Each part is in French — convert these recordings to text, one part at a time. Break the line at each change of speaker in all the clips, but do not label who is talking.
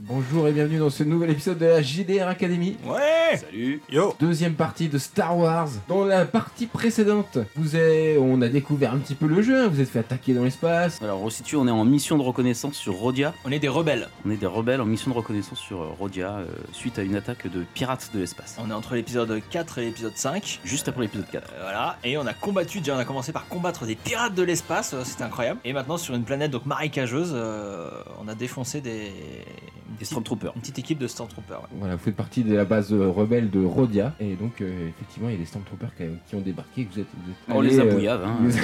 Bonjour et bienvenue dans ce nouvel épisode de la JDR Academy.
Ouais
Salut
Yo
Deuxième partie de Star Wars. Dans la partie précédente, vous avez, on a découvert un petit peu le jeu, hein, vous êtes fait attaquer dans l'espace.
Alors, on se situe, on est en mission de reconnaissance sur Rodia.
On est des rebelles.
On est des rebelles en mission de reconnaissance sur euh, Rodia euh, suite à une attaque de pirates de l'espace.
On est entre l'épisode 4 et l'épisode 5.
Juste après l'épisode 4.
Euh, Voilà, et on a combattu, déjà on a commencé par combattre des pirates de l'espace, euh, c'était incroyable. Et maintenant sur une planète donc marécageuse, euh, on a défoncé des... Une
Des
petite,
Stormtroopers.
une petite équipe de Stormtroopers. ouais.
Voilà, vous faites partie de la base euh, rebelle de Rodia. Et donc, euh, effectivement, il y a des Stormtroopers qui, qui ont débarqué. Vous êtes, vous êtes
On les
allés, euh,
abouillave, hein.
vous-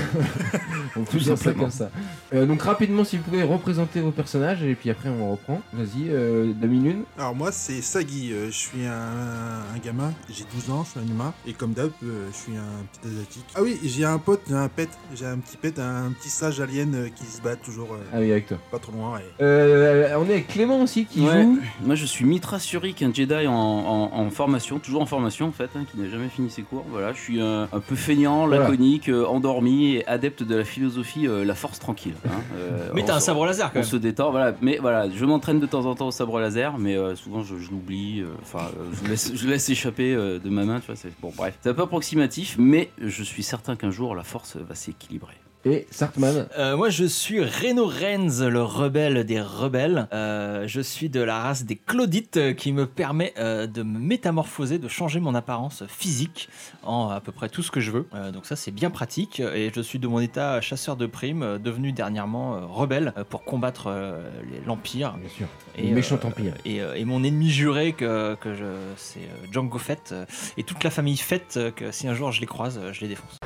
on peut
Tout
dire ça
simplement.
comme ça. Euh, donc, rapidement, si vous pouvez représenter vos personnages, et puis après, on reprend. Vas-y, euh, Domine
Alors moi c'est Sagi, euh, je suis un, un gamin, j'ai 12 ans, je suis un humain, et comme d'hab, euh, je suis un petit asiatique. Ah oui, j'ai un pote, j'ai un pet, j'ai un petit pet, un petit sage alien euh, qui se bat toujours euh,
Ah oui, avec toi.
pas trop loin. Et...
Euh, on est avec Clément aussi qui
Ouais.
joue.
Moi, je suis Mitra Surik, un Jedi en, en- en formation, toujours en formation en fait, hein, qui n'a jamais fini ses cours. Voilà, je suis euh, un peu feignant,
Voilà.
laconique, euh, endormi et adepte de la philosophie euh, La Force tranquille. hein. Euh,
Mais
on
t'as un
se-
sabre laser quand
On
même.
se détend, voilà. Mais voilà, je m'entraîne de temps en temps au sabre laser, mais euh, souvent je, je l'oublie. euh, Enfin, euh, je, laisse, je laisse échapper euh, de ma main, tu vois. c'est- Bon, bref, c'est un peu approximatif, mais je suis certain qu'un jour la force va s'équilibrer.
Et Sartman.
Euh, moi je suis Reno Renz, le rebelle des rebelles. Euh, je suis de la race des Claudites euh, qui me permet euh, de me métamorphoser, de changer mon apparence physique en à peu près tout ce que je veux. Euh, donc ça c'est bien pratique et je suis de mon état chasseur de primes, euh, devenu dernièrement euh, rebelle euh, pour combattre euh, les- l'Empire.
Bien sûr.
Et,
méchant
euh,
empire.
Et, euh, et mon ennemi juré que, que je, c'est euh, Django Fett euh, et toute la famille Fett euh, que si un jour je les croise, euh, je les défonce.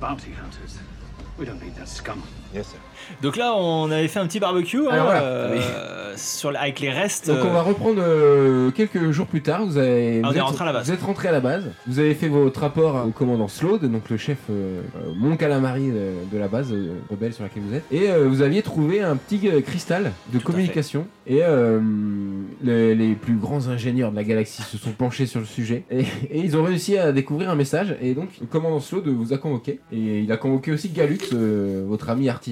Bounty hunters. We don't need that scum.
Donc là, on avait fait un petit barbecue hein,
Alors voilà.
euh, sur, les- avec les restes. euh,
Donc on va reprendre euh, quelques jours plus tard. Vous, avez,
Ah, on
vous
est
êtes,
rentré à la base.
vous êtes rentré à la base. Vous avez fait votre rapport au commandant Slode, donc le chef euh, euh, mon calamari euh, de la base euh, rebelle sur laquelle vous êtes. Et euh, vous aviez trouvé un petit euh, cristal de
Tout à
communication. Et euh, les, les plus grands ingénieurs de la galaxie se sont penchés sur le sujet et, et ils ont réussi à découvrir un message. Et donc le commandant Slode vous a convoqué. Et il a convoqué aussi Galut, euh, votre ami artilleur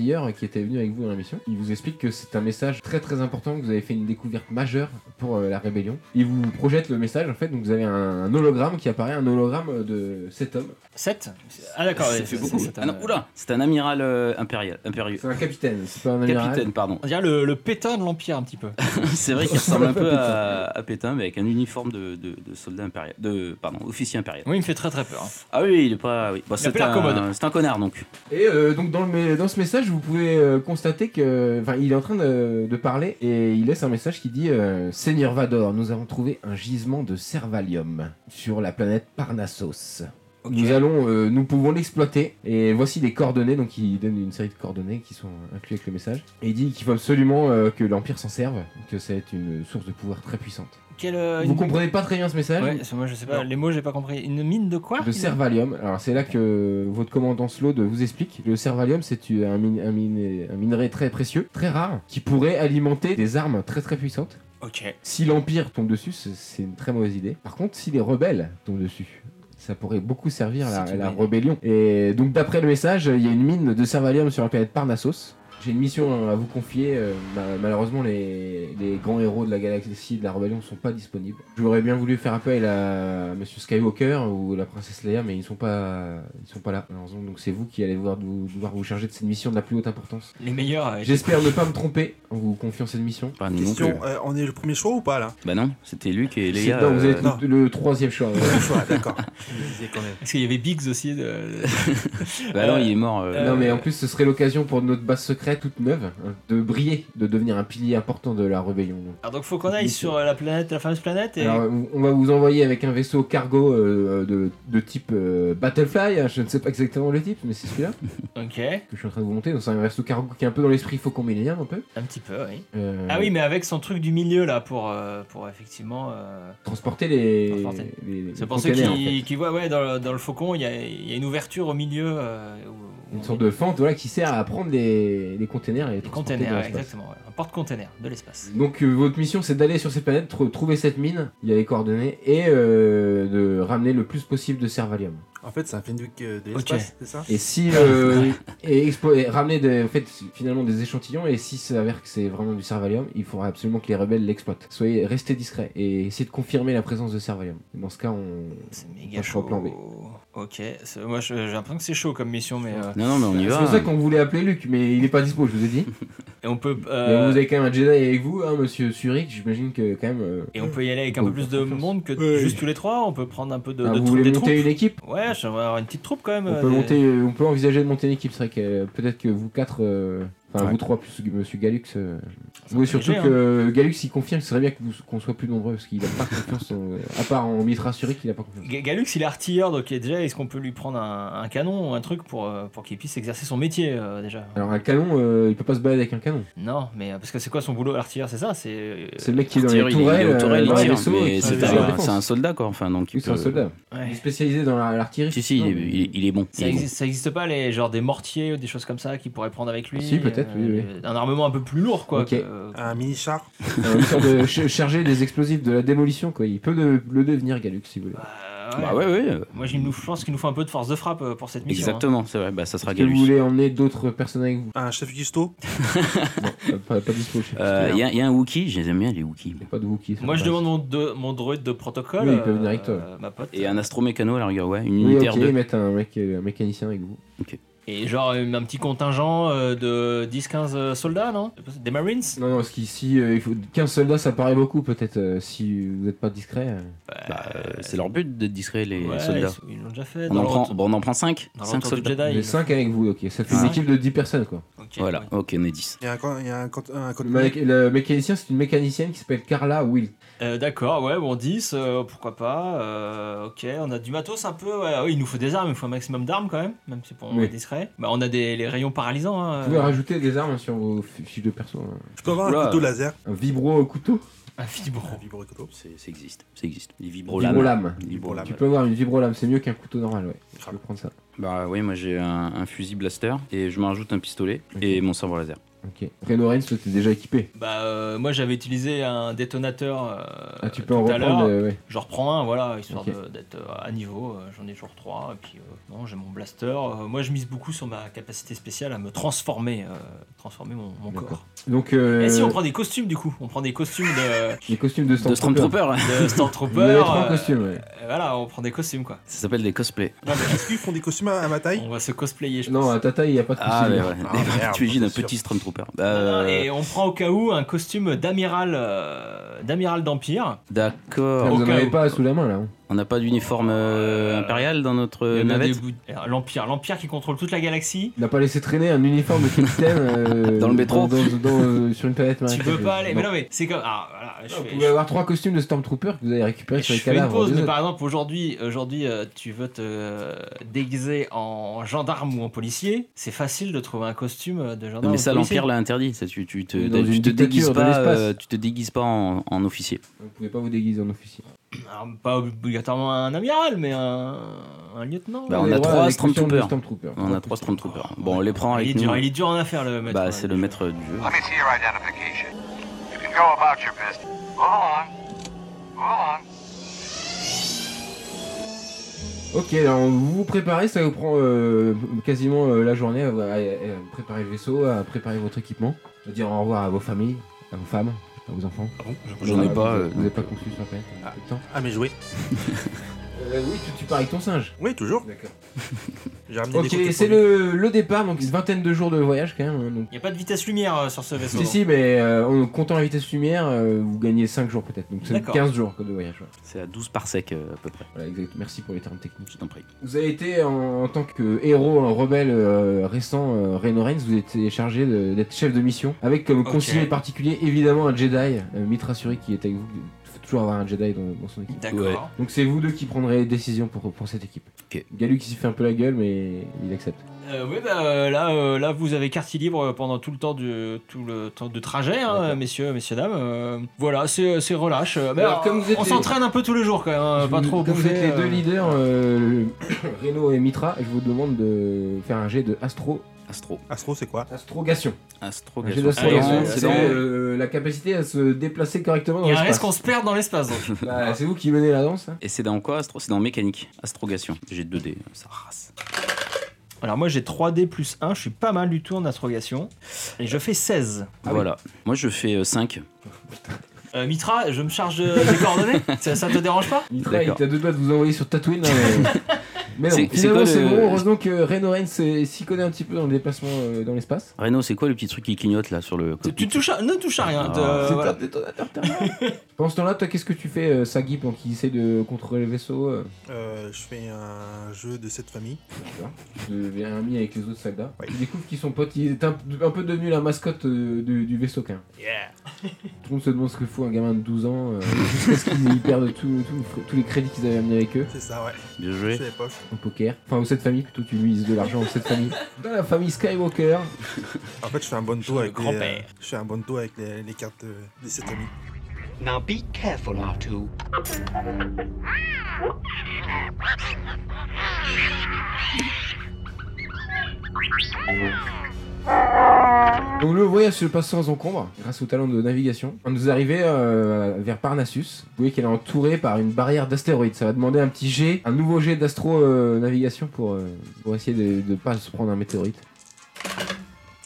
qui était venu avec vous dans la mission. Il vous explique que c'est un message très très important, que vous avez fait une découverte majeure pour euh, la rébellion. Il vous projette le message en fait, donc vous avez un, un hologramme qui apparaît, un hologramme de cet homme.
7 Ah d'accord,
Ça
ouais,
fait
c'est-
beaucoup.
c'est un- euh,
Ah non, oula, c'est un amiral euh, impérial, impérieux.
C'est un capitaine, c'est pas un amiral.
Capitaine, pardon.
On dirait le, le pétain de l'Empire un petit peu.
C'est vrai qu'il
Ça
ressemble
m'a
un
fait
peu à, à Pétain, mais avec un uniforme de, de, de soldat impérial. De, pardon, officier impérial.
Oui, il me fait très très peur. hein.
Ah oui, il est pas. Oui.
Il
Bah,
a
c'est
pas l'air
un,
commode.
c'est un connard donc.
Et euh, donc dans, le, mé- dans ce message, vous pouvez euh, constater que, enfin, il est en train de, de parler et il laisse un message qui dit euh, Seigneur Vador, nous avons trouvé un gisement de Servalium sur la planète Parnassos. Nous allons, euh, nous pouvons l'exploiter. Et voici les coordonnées. Donc il donne une série de coordonnées qui sont incluses avec le message. Et il dit qu'il faut absolument euh, que l'Empire s'en serve, que ça va être une source de pouvoir très puissante.
Quelle, euh,
Vous
une-
comprenez pas très bien ce message
Ouais, c'est- moi je sais pas, les mots j'ai pas compris. Une mine de quoi
Le servalium, alors c'est là que votre commandant Slode vous explique. Le servalium, c'est un, min- un min- un minerai très précieux, très rare, qui pourrait alimenter des armes très très puissantes.
Ok.
Si l'Empire tombe dessus, c'est- c'est une très mauvaise idée. Par contre, si les rebelles tombent dessus, ça pourrait beaucoup servir à la,
C'est une
la
bonne idée.
rébellion. Et donc, d'après le message, il y a une mine de servalium sur la planète Parnassos. J'ai une mission à vous confier. euh, ma- Malheureusement, les, les grands héros de la galaxie de la rébellion ne sont pas disponibles. J'aurais bien voulu faire appel à Monsieur Skywalker ou la princesse Leia, mais ils sont pas, ils sont pas là. Malheureusement, donc c'est vous qui allez devoir vous, devoir vous charger de cette mission de la plus haute importance.
Les meilleurs. euh,
J'espère ne pas me tromper en vous confiant cette mission.
Pas nous non plus.
Question, euh, on est le premier choix ou pas là
Bah non, c'était Luc et
C'est-
Léa.
non, vous
euh,
êtes
non.
le troisième choix. ouais.
Premier choix, d'accord. Je me disais quand même.
Parce qu'il y avait Biggs aussi. de-
Bah non, il est mort. euh,
Euh,
Non mais en plus ce serait l'occasion pour notre base secrète toute neuve hein, de briller, de devenir un pilier important de la rébellion.
Alors donc faut qu'on aille sur euh, la planète, la fameuse planète. Et...
Alors, on va vous envoyer avec un vaisseau cargo euh, de, de type euh, Battlefly, hein, je ne sais pas exactement le type mais c'est celui-là
Ok,
que je suis en train de vous monter, donc c'est un vaisseau cargo qui est un peu dans l'esprit Faucon Millenium un peu.
un petit peu, oui.
Euh,
Ah oui, mais avec son truc du milieu là pour, euh, pour effectivement. euh,
Transporter les...
Transporter.
les- les
C'est pour ceux qui,
containers, en fait.
qui voient, ouais, dans le, dans le faucon, il y a, il y a une ouverture au milieu. euh, où- où on
Une sorte de fente voilà, qui sert à prendre les, les containers et les
Des
transporter dans
containers, ouais,
l'espace.
exactement. ouais. Un porte-container de l'espace.
Donc euh, votre mission c'est d'aller sur cette planète, tr- trouver cette mine, il y a les coordonnées, et euh, de ramener le plus possible de Servalium.
En fait, c'est un Fenwick euh, de l'espace, c'est ça
Et si euh, et expo- et ramener des, en fait, finalement des échantillons et si ça s'avère que c'est vraiment du Servalium, il faudra absolument que les rebelles l'exploitent. Soyez restez discrets et essayez de confirmer la présence de Servalium. Dans ce cas, on
C'est méga
Moi, je suis en
chaud.
plan B.
Ok, c'est- moi je- j'ai l'impression que c'est chaud comme mission, mais euh,
Non, non, mais on y
c'est
va.
pour ça qu'on voulait appeler Luc, mais il est pas dispo, je vous ai dit.
et on peut
Mais
euh,
vous avez quand même un Jedi avec vous, hein, Monsieur Zurich. J'imagine que quand même. euh,
et on peut y aller avec un
Bon,
peu plus de
confiance.
monde que
Oui.
juste tous les trois. On peut prendre un peu de,
ah,
de
vous
trou-
voulez
des
monter
troupes.
une équipe
Ouais, je vais avoir une petite troupe quand même.
On
euh,
peut
des-
monter, euh, on peut envisager de monter une équipe. C'est vrai que euh, peut-être que vous quatre, euh, enfin
Ouais.
vous trois plus Monsieur Galux. euh,
Ça
Oui,
fait
surtout
léger, hein.
que Galux il confirme, ce serait bien que vous- qu'on soit plus nombreux parce qu'il a pas confiance, en- à part en Mitra Zurich, il a pas confiance.
hein. Ga- Galux il est artilleur donc il est déjà est-ce qu'on peut lui prendre un, un canon ou un truc pour, euh, pour qu'il puisse exercer son métier euh, déjà
Alors un canon, euh, il peut pas se balader avec un canon.
Non mais euh, parce que c'est quoi son boulot l'artilleur c'est ça c'est euh,
C'est le mec qui est dans
Arthur,
les
il est- il est
tourelles,
au
euh,
tourelle, il
dans les
tire,
vaisseaux,
mais
qui
c'est
fait la
un-
défense.
c'est un soldat quoi, enfin donc il
Oui, c'est un
peut-
soldat. Il est
ouais.
spécialisé dans la- l'artillerie.
Si si, il est, il est- il est bon. il
Ça,
est bon.
existe, ça existe pas les genre des mortiers ou des choses comme ça qu'il pourrait prendre avec lui euh,
Si, peut-être, oui, oui.
Un armement un peu plus lourd quoi.
Ok.
que- euh,
Un mini-char
Euh, une sorte de ch- chargé des explosifs de la démolition, quoi. Il peut le, le devenir Galux si vous voulez.
bah, ouais.
Bah ouais, ouais, euh,
Moi, il nous- je pense qu'il nous faut un peu de force de frappe euh, pour cette mission. hein.
exactement, c'est vrai, bah ça sera
Est-ce que vous
Galus.
voulez emmener d'autres personnes avec vous
Un chef cuistot
Non, pas, pas dispo. chef.
Euh, Il y, a- il y a un Wookie, je les aime bien les Wookiees.
Il y a pas de Wookiee. ça
Moi, je
passe.
demande mon, de- mon droïde de protocole.
Oui, il peut venir avec toi.
euh, ma pote.
Et un astromécano à la rigueur, ouais, une
Oui,
unitaire
ok,
de.
mettre un mec, euh, un mécanicien avec vous.
Et genre euh, un petit contingent euh, de 10-15 euh, soldats, non Des Marines
Non, non, parce qu'ici, euh, il faut 15 soldats, ça paraît beaucoup peut-être euh, si vous n'êtes pas discret. euh.
Bah, euh, c'est leur but de distraire les
Ouais,
soldats.
ils- Ils l'ont déjà fait.
On
dans
en,
le
prend,
retour-
bon, on en prend 5
dans le Ah.
5
retour du
soldats.
Jedi,
Mais
ils-
5 avec vous, ok. Ça fait une
Cinq.
équipe de 10 personnes, quoi.
Ok,
Voilà,
ouais.
ok, on est 10.
Il y a un camp- il y a un camp- un camp-
Le, mec- le mécanicien, c'est une mécanicienne qui s'appelle Carla Will.
Euh, D'accord, ouais, bon, 10, euh, pourquoi pas. euh, ok, on a du matos un peu. Ouais, oui, il nous faut des armes, il faut un maximum d'armes quand même, même si pour
Oui.
est discret. Bah, on a des les rayons paralysants. hein,
Vous pouvez
euh,
rajouter des armes sur vos fi- fiches de perso. hein.
Je peux avoir un
Oula.
couteau laser
Un vibro au couteau
un fibre.
Un vibre couteau.
C'est- Ça existe, ça existe. Les
Vibrolame.
vibrolames. Les
Vibrolames.
Tu peux avoir une vibro lame, c'est mieux qu'un couteau normal, ouais. Je vais prendre ça.
Bah oui, moi j'ai un, un fusil blaster et je m'en rajoute un pistolet
Ok.
et mon sabre laser.
Ok. Reno Reigns, toi, t'es déjà équipé.
Bah, euh, moi j'avais utilisé un détonateur. euh,
Ah, tu peux
tout
en
à l'heure.
reprendre, euh, ouais.
Je reprends un, voilà, histoire
Ok.
de- d'être euh, à niveau. euh, J'en ai toujours trois. Et puis, euh, non, j'ai mon blaster. Euh, moi, je mise beaucoup sur ma capacité spéciale à me transformer, euh, transformer mon, mon
D'accord.
corps.
Donc, euh,
Et si on prend des costumes du coup On prend des costumes de,
les costumes de
De
Stormtrooper.
Stormtrooper
de
Vous avez
Stormtrooper.
trois
euh,
costumes, ouais.
euh, voilà, on prend des costumes quoi.
Ça s'appelle des cosplays.
Non, mais est-ce qu'ils font des costumes à, à ma taille
On va se cosplayer, je
Non,
pense.
à ta taille, il n'y a pas de hein.
Ah,
costume.
mais ouais.
Ah, merde,
tu imagines un
c'est sûr.
petit Stormtrooper.
Non, non,
Bah,
et on prend au cas où un costume d'amiral euh, d'amiral d'Empire.
Ah,
D'accord.
vous
Au
en
cas
avez
où.
pas sous la main, là. hein.
On n'a pas d'uniforme euh, impérial dans notre
Il y
euh,
en a
navette
des bouts- Alors, L'Empire, l'Empire qui contrôle toute la galaxie.
Il n'a pas laissé traîner un uniforme de capitaine euh,
Dans le
dans-
métro.
dans- dans, euh, sur une planète
Tu
maritime.
peux pas aller. Mais
Non.
non, mais c'est comme. Ah, voilà, je
Vous
fais-
pouvez avoir trois costumes de Stormtrooper que vous avez récupérés
Je
sur les
fais une
cadavres.
pause,
des
mais
autres.
par exemple, aujourd'hui, aujourd'hui euh, tu veux te euh, déguiser en gendarme ou en policier, c'est facile de trouver un costume euh, de gendarme.
Non, mais
ou de
ça,
policier.
l'Empire l'a interdit. Ça, tu, tu te,
Dans
tu
une
te déguises
dictature de
pas,
l'espace.
euh, tu te déguises pas en, en officier.
Vous pouvez pas vous déguiser en officier.
Alors, pas obligatoirement un amiral, mais un, un lieutenant.
Bah,
Vous
on
avez
a
le droit
trois
à des costumes de
Stormtroopers.
Stormtroopers.
On a trois Stormtroopers. Bon, on les prend
il, est
avec nous. hein.
dur, il est dur en affaire, le maître. hein,
Bah, c'est le maître du jeu.
Let
Ah,
me see your identification. You can go about your business. Move on. Move on.
Ok, alors vous vous préparez, ça vous prend euh, quasiment euh, la journée à, à- à préparer le vaisseau, à préparer votre équipement, à dire au revoir à vos familles, à vos femmes, à vos enfants.
J'en ai
Ah,
pas.
vous-
euh,
Vous n'avez pas conçu sur la planète un peu de temps.
Ah, mais jouer.
Euh, oui, tu, tu pars avec ton singe.
Oui, toujours.
D'accord.
J'ai ramené
Ok,
des
c'est le, le départ, donc une vingtaine de jours de voyage quand même. hein, donc.
Il n'y a pas de vitesse lumière euh, sur ce vaisseau.
Si, si, mais euh, en comptant la vitesse lumière, euh, vous gagnez 5 jours peut-être. Donc c'est
D'accord.
15 jours quoi, de voyage. Voilà.
C'est à 12 parsecs euh, à peu près.
Voilà, exact. Merci pour les termes techniques.
Je t'en prie.
Vous avez été en, en tant que héros, un rebelle euh, récent, euh, Reno Reigns, vous étiez chargé de- d'être chef de mission, avec comme
Ok.
conseiller particulier évidemment un Jedi, euh, Mitra Suri qui est avec vous. Il faut toujours avoir un Jedi dans, dans son équipe.
D'accord.
Ouais.
Donc c'est vous deux qui prendrez les décisions pour, pour cette équipe.
Ok.
Galu qui s'y fait un peu la gueule, mais il accepte.
Euh, oui, bah, euh, là, euh, là, vous avez quartier libre pendant tout le temps du, tout le temps de trajet, hein,
D'accord.
messieurs, messieurs, dames. euh, voilà, c'est c'est relâche. Euh, Mais
Alors,
alors,
comme vous êtes
on
les-
s'entraîne un peu tous les jours quand même, hein,
Je
pas
vous-
trop.
Comme vous
bouffer,
êtes les
euh,
deux leaders, euh, Reno et Mitra, je vous demande de faire un jet de Astro
Astro.
Astro, c'est quoi
Astrogation.
Astro.
Un jet
Gazon.
d'astrogation,
Ah,
c'est
c'est dans-
euh, la capacité à se déplacer correctement dans
Il y a un risque qu'on
l'espace.
se perde dans l'espace. donc.
Bah, c'est vous qui menez la danse. hein.
Et c'est dans quoi Astro C'est dans mécanique. Astrogation. J'ai 2D. Ça rase.
Alors moi j'ai 3D plus 1, je suis pas mal du tout en astrogation. Et je fais 16.
voilà. Moi, je fais 5.
Euh, Mitra, je me charge euh, des coordonnées ça, ça te dérange pas
Mitra, il
D'accord.
t'a deux doigts de vous envoyer sur Tatooine. hein, mais... mais non,
C'est- c'est
finalement,
quoi
c'est
le-
bon. Heureusement que Reno Ren s'est- s'y connaît un petit peu dans le déplacement euh, dans l'espace.
Reno, c'est quoi le petit truc qui clignote là sur le.
Tu- Tu touches à- ne touches à rien.
Ah,
te-
C'est
Euh, voilà.
un détonateur thermique. Pendant ce temps-là, toi, qu'est-ce que tu fais, euh, Sagi, pendant qu'il essaie de contrôler le vaisseau euh,
Euh, Je fais un jeu de cette famille.
Tu deviens ami avec les autres soldats.
Ouais.
Tu découvres qu'ils sont potes. Il est un, un peu devenu la mascotte euh, du, du vaisseau, quand même. Tout le monde se demande ce que fout un gamin de 12 ans, euh, jusqu'à ce qu'ils perdent tout- tout- tous les crédits qu'ils avaient amenés avec eux.
C'est ça, ouais.
Bien
Je
joué.
fais les poches.
au poker. Enfin, aux 7 familles, plutôt, tu mises de l'argent aux 7 familles. Dans la famille Skywalker,
En fait, je fais un bon
Je
tour avec
suis
les,
le
euh,
grand-père.
je fais un bon tour avec les, les cartes euh, des sept amis.
Now be careful, R2.
donc le voyage se passe sans encombre, grâce au talent de navigation. On nous arrivait euh, vers Parnassus. Vous voyez qu'elle est entourée par une barrière d'astéroïdes. Ça va demander un petit jet, un nouveau jet d'astro-navigation pour, euh, pour essayer de ne pas se prendre un météorite.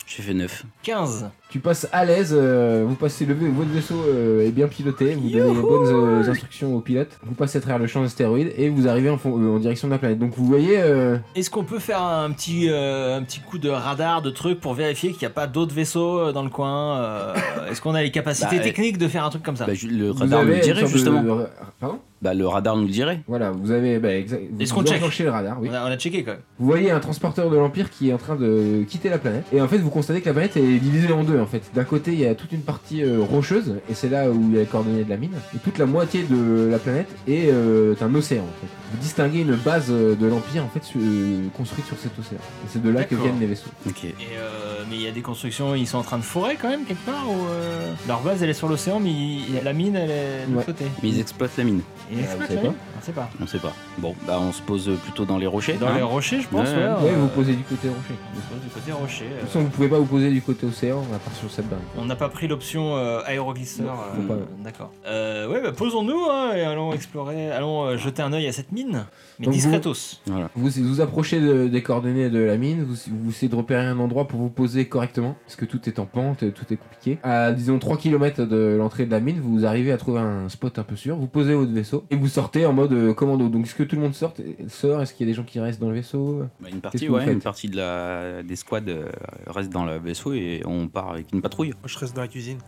J'ai fait 9.
15.
Tu passes à l'aise, euh, vous passez le votre vaisseau euh, est bien piloté, vous donnez les bonnes euh, instructions au pilote, vous passez à travers le champ d'astéroïdes et vous arrivez en, fond- euh, en direction de la planète. Donc vous voyez euh,
Est-ce qu'on peut faire un petit, euh, un petit coup de radar, de truc pour vérifier qu'il n'y a pas d'autres vaisseaux euh, dans le coin euh, Est-ce qu'on a les capacités
Bah, euh,
techniques de faire un truc comme ça
Bah, ju- le
vous
radar
avez
nous
une
le dirait
sorte de-
justement.
de- Pardon
Bah, le radar nous le dirait.
Voilà, vous avez. Bah, exact, vous
Est-ce qu'on
vous
check
enclenchez le radar, oui.
on, a, on a checké quand même.
Vous voyez un transporteur de l'Empire qui est en train de quitter la planète. Et en fait, vous constatez que la planète est divisée en deux. En fait, d'un côté, il y a toute une partie euh, rocheuse, et c'est là où il y a les coordonnées de la mine. Et toute la moitié de la planète est euh, un océan. En fait. Vous distinguez une base euh, de l'Empire en fait su- euh, construite sur cet océan. Et c'est de là que
D'accord.
viennent les vaisseaux.
Ok.
Et, euh, mais il y a des constructions, ils sont en train de forer quand même quelque part ou, euh, Leur base elle est sur l'océan, mais il- la mine elle est de l'autre
Ouais. Euh,
côté.
Mais ils exploitent la mine.
Et euh,
vous
exploite,
savez
ouais.
pas
On sait pas.
On sait pas. Bon, bah, on se pose plutôt dans les rochers.
Dans
hein.
les rochers, je pense.
Ouais,
ouais,
ouais.
Ouais,
euh,
vous posez du côté rocher.
on se pose du côté rocher.
De
euh.
toute façon, vous pouvez pas vous poser du côté océan à part sur cette base.
On n'a pas pris l'option euh, aéroglisseur.
faut
euh,
pas.
D'accord. Euh, ouais, bah posons-nous hein, et allons explorer, allons euh, jeter un œil à cette mine. Mais
Donc vous-
discretos.
Vous vous approchez de- des coordonnées de la mine, vous, vous essayez de repérer un endroit pour vous poser correctement, parce que tout est en pente, tout est compliqué. À disons 3 km de l'entrée de la mine, vous arrivez à trouver un spot un peu sûr, vous posez votre vaisseau et vous sortez en mode euh, commando. Donc est-ce que tout le monde sort, sort Est-ce qu'il y a des gens qui restent dans le vaisseau
Bah, une
Qu'est-ce
partie,
que vous
ouais, une
faites
partie de la, des squads euh, reste dans le vaisseau et on part avec une patrouille.
Moi, je reste dans la cuisine.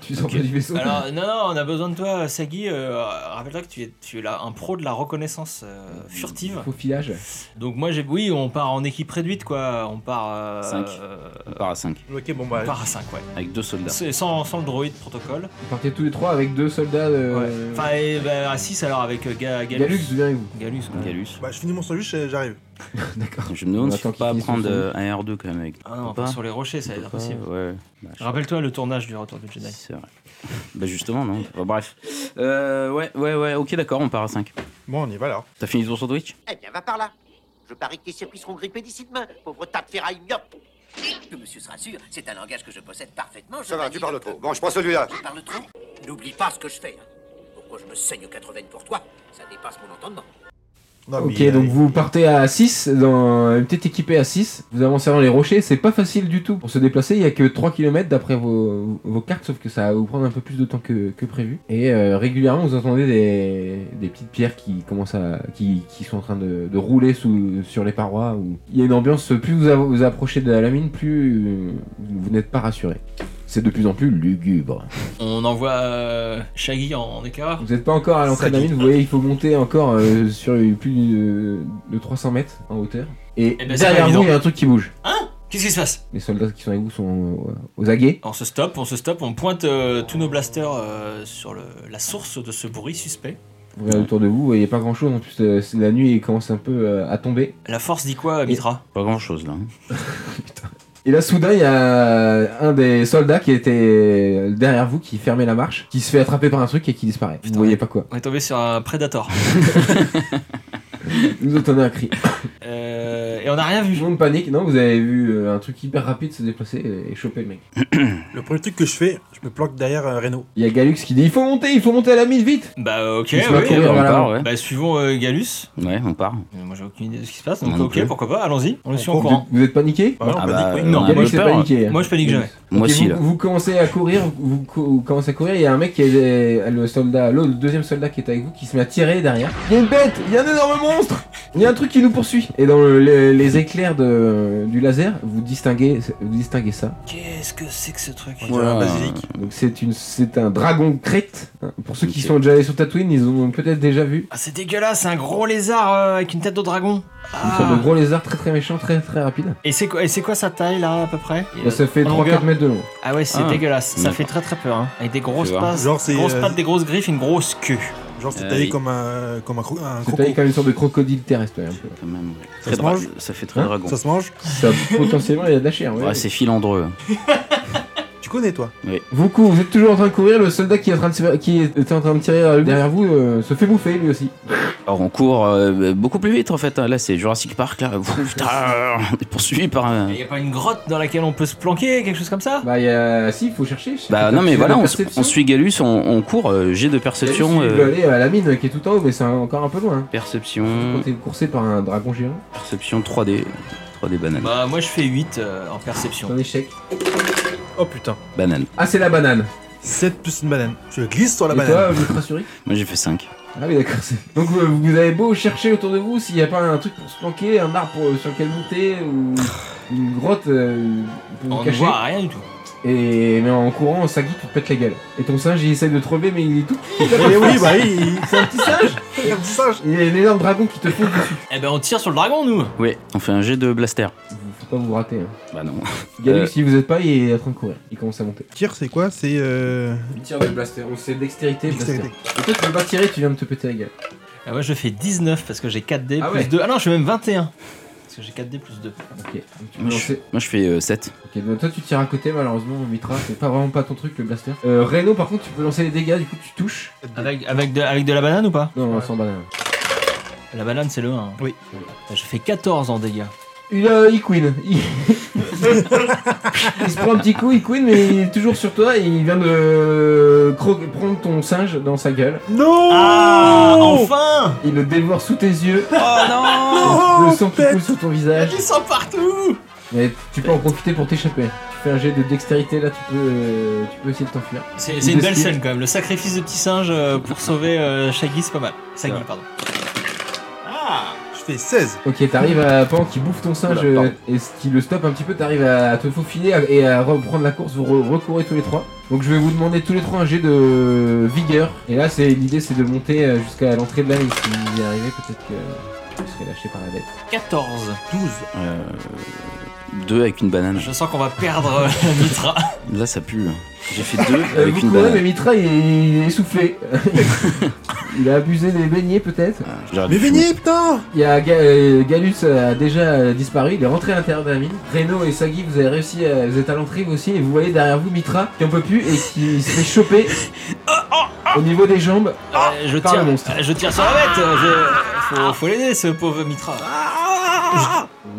Tu sors pas du vaisseau
Alors, non, non, on a besoin de toi, Sagi. euh, Rappelle-toi que tu es, tu es là, un pro de la reconnaissance euh, furtive.
Faux filage.
Donc, moi, j'ai. Oui, on part en équipe réduite, quoi. On part. euh,
Cinq.
euh,
On part à 5,
Ok, bon,
on
bah,
part à 5, ouais.
avec deux soldats.
C'est Sans, sans le droïde protocole.
Vous partez tous les trois avec deux soldats.
Ouais.
Euh...
Enfin, et, bah, à 6 alors avec euh, Ga-
Galux
Galus.
vient avec vous.
Galus, quoi.
Galus.
bah, je finis mon sandwich et j'arrive.
D'accord.
Je me demande
On
si je
attend
peux
qu'il
pas
finisse son
prendre
sandwich.
euh, un R2 quand même avec.
Ah non,
Faut pas.
sur les rochers, ça va
Faut
être
pas,
impossible. Ah,
Ouais. Bah, je-
Rappelle-toi le tournage du Retour du Jedi.
C'est vrai. Bah justement, non. Bah, bref. Euh, ouais, ouais, ouais, ok, d'accord, on part à 5.
Bon, on y va alors.
T'as fini ton sandwich
Eh bien, va par là. Je parie que tes circuits seront grippés d'ici demain, pauvre tas de ferraille myope.
Que monsieur se rassure, c'est un langage que je possède parfaitement. Je
Ça va,
manie
tu parles
le-
trop. Bon, je prends celui-là.
Je parle trop N'oublie pas ce que je fais. hein. Pourquoi je me saigne aux quatre veines pour toi Ça dépasse mon entendement.
Non,
Ok,
mais,
donc
euh,
vous partez à 6, dans une petite équipée à 6, vous avancez dans les rochers, c'est pas facile du tout. Pour se déplacer, il y a que 3 km d'après vos, vos cartes, sauf que ça va vous prendre un peu plus de temps que, que prévu. Et euh, régulièrement, vous entendez des, des petites pierres qui commencent à, qui, qui sont en train de, de rouler sous, sur les parois. ou- Il y a une ambiance, plus vous av- vous approchez de la mine, plus euh, vous n'êtes pas rassuré. C'est de plus en plus lugubre.
On envoie euh, Shaggy en, en éclaireur.
Vous n'êtes pas encore à l'entrée de la mine, vous voyez, il faut monter encore euh, sur plus de, de 300 mètres en hauteur. Et
Eh ben, c'est
derrière
pas
vous, il y
évident.
a un truc qui bouge.
Qu'est-ce qui se passe
Les soldats qui sont avec vous sont euh, aux aguets.
On se stoppe, on se stoppe, on pointe euh, tous nos blasters euh, sur le- la source de ce bruit suspect.
Vous regardez autour de vous, vous voyez pas grand chose. En plus, euh, c'est la nuit il commence un peu euh, à tomber.
La force dit quoi, Mitra
Pas grand chose là. hein.
Et là, soudain, il y a un des soldats qui était euh, derrière vous, qui fermait la marche, qui se fait attraper par un truc et qui disparaît.
Putain,
vous voyez
ouais.
pas quoi.
On est tombé sur un Predator.
Vous entendez un cri.
euh, et on n'a rien vu.
Tout le monde panique, non Vous avez vu euh, un truc hyper rapide se déplacer et, et choper le mec.
Le premier truc que je fais, je me planque derrière euh, Reno.
Il y a Galux qui dit il faut monter, il faut monter à la mine, vite
Bah ok,
Il se met à
oui.
courir.
bah, on
voilà.
part, ouais.
Bah suivons euh, Galus.
Ouais, on part.
Euh, Moi j'ai aucune idée de ce qui se passe, donc
Moi non
ok,
plus.
pourquoi pas, allons-y, on le suit en
court
Vous
courant.
êtes, vous êtes paniqué
Ah, ouais, on
Ah
panique,
bah,
ouais.
non,
Galux
moi,
est
je peur.
paniqué. hein.
Moi je panique jamais.
Moi
Et
aussi,
vous,
là.
vous commencez à courir, vous, cou- vous commencez à courir, il y a un mec qui est euh, le soldat, l'autre, le deuxième soldat qui est avec vous, qui se met à tirer derrière. Il y a une bête, il y a un énorme monstre, il y a un truc qui nous poursuit. Et dans le- les, les éclairs de, du laser, vous distinguez, vous distinguez ça.
Qu'est-ce que c'est que ce truc
On dirait un
Ouais.
basilic.
Donc c'est une, c'est un dragon crête. Hein, Pour ceux qui
Ok.
sont déjà allés sur Tatooine, ils ont peut-être déjà vu.
Ah c'est dégueulasse, c'est un gros lézard euh, avec une tête de dragon.
Une
Ah.
sorte de gros lézard très très méchant, très très rapide.
Et c'est quoi, et c'est quoi sa taille là à peu près
Euh,
Euh,
Et ça fait
En longueur
3-4 mètres de long.
Ah ouais c'est
Ah.
dégueulasse, ça
D'accord.
fait très très peur. Hein. Avec des grosses
Je vois.
pattes,
Genre, c'est,
grosses
euh,
pattes, des grosses griffes, une grosse queue.
Genre, c'est
Euh,
taillé
oui.
comme un, comme un, cro- un
C'est
croco.
taillé comme une sorte de crocodile terrestre. ouais, un peu.
Quand même, ouais.
Ça
Très
se
dra-
mange
ça fait très
Hein
dragon.
Ça se mange
Ça, potentiellement, il y a de la chair. ouais.
Ouais, c'est filandreux.
Tu connais, toi
Vous courez, vous êtes toujours en train de courir, le soldat qui est en train de, se- qui est en train de tirer vers- derrière vous euh, se fait bouffer lui aussi.
Alors on court euh, beaucoup plus vite en fait. hein. Là c'est Jurassic Park là. Ouh, putain, on est poursuivi par un.
Il y a pas une grotte dans laquelle on peut se planquer, quelque chose comme ça
Bah il y a... si, il faut chercher.
Bah non mais voilà, on, s- on suit Galus, on, on court. euh, J'ai de perception.
Perception. Il
euh,
veut aller à la mine qui est tout en haut, mais c'est encore un peu loin. hein. Quand
Perception,
t'es coursé par un dragon géant,
perception 3D, 3D banane.
Bah moi je fais 8 euh, en
c'est
perception.
un échec.
Oh putain.
Banane.
Ah c'est la banane.
7 plus une banane. Je glisse sur la
Et
banane.
toi, vous êtes rassuré
Moi j'ai fait 5.
Ah oui d'accord. c'est- Donc euh, vous avez beau chercher autour de vous, s'il n'y a pas un truc pour se planquer, un arbre pour- euh, sur lequel monter ou une grotte euh, pour vous
On ne
cacher.
voit rien du tout.
Et mais en courant, Sagi, tu te pètes la gueule. Et ton singe, il essaye de te relever, mais il est tout petit.
Eh oui, bah oui,
C'est un petit singe.
il un petit singe.
Il y a un énorme dragon qui te fout dessus.
Eh ben on tire sur le dragon nous
Oui, on fait un jet de blaster.
Faut pas vous rater. Hein.
Bah non.
Galux,
Euh.
si vous êtes pas, il est en train de courir. Il commence à monter.
Tir, c'est quoi C'est euh...
Il tire de blaster. On sait dextérité,
dextérité.
blaster. Et toi, tu peux pas tirer, tu viens de te péter la gueule.
Ah moi je fais 19 parce que j'ai 4D
Ah
plus
ouais.
2. Ah non je fais même 21 parce que j'ai 4D plus 2.
Ok. Donc, tu peux
Moi je,
lancer.
moi, je fais euh, 7.
Ok, donc toi, tu tires à côté, malheureusement. Mitra, c'est pas vraiment pas ton truc, le blaster. Euh, Reno, par contre, tu peux lancer les dégâts. Du coup, tu touches.
Avec, avec, de, avec de la banane ou pas
Non, non, sans banane.
La banane c'est le 1.
Oui.
Je fais 14 en dégâts.
Il, euh, il queen. Il... il se prend un petit coup, il queen, mais il est toujours sur toi et il vient de cro- prendre ton singe dans sa gueule.
Non
Ah enfin
Il le dévore sous tes yeux.
Oh non
le
Oh,
sang qui coule sur ton visage.
Ils sont partout
Mais tu peux en profiter pour t'échapper. Tu fais un jet de dextérité là, tu peux, euh, tu peux essayer de t'enfuir.
C'est c'est une belle
Desquels
scène quand même, le sacrifice de petit singe euh, pour sauver euh, Shaggy c'est pas mal. Shaggy pardon. Ah
Je fais 16.
Ok, t'arrives à pendant qu'il bouffe ton singe
Oula,
euh,
pardon.
et ce qui le stoppe un petit peu, t'arrives à te faufiler à- et à reprendre la course. Vous re- recourez tous les trois. Donc je vais vous demander tous les trois un jet de vigueur. Et là, c'est l'idée, c'est de monter euh, jusqu'à l'entrée de la ligne. Si vous y arrivez, peut-être que vous serez lâché par la bête.
14
12.
2 Euh, avec une banane.
Je sens qu'on va perdre euh, la Mitra.
Là ça pue. hein. J'ai fait 2
Euh,
avec
vous
une
courez, mais
banane.
Mitra il est, il est essoufflé. il a abusé des beignets peut-être.
Ah, j'aurais
Mais
dû-
venez, putain
Il y a Ga- euh, Galus a déjà euh, disparu, il est rentré à l'intérieur de la mine. Reno et Sagi, vous avez réussi, à- vous êtes à l'entrée vous aussi, et vous voyez derrière vous Mitra qui en peut plus et qui se fait choper au niveau des jambes.
Euh, je,
par
tire,
le monstre.
euh, je tire sur la bête euh, je- Faut, faut l'aider ce pauvre Mitra.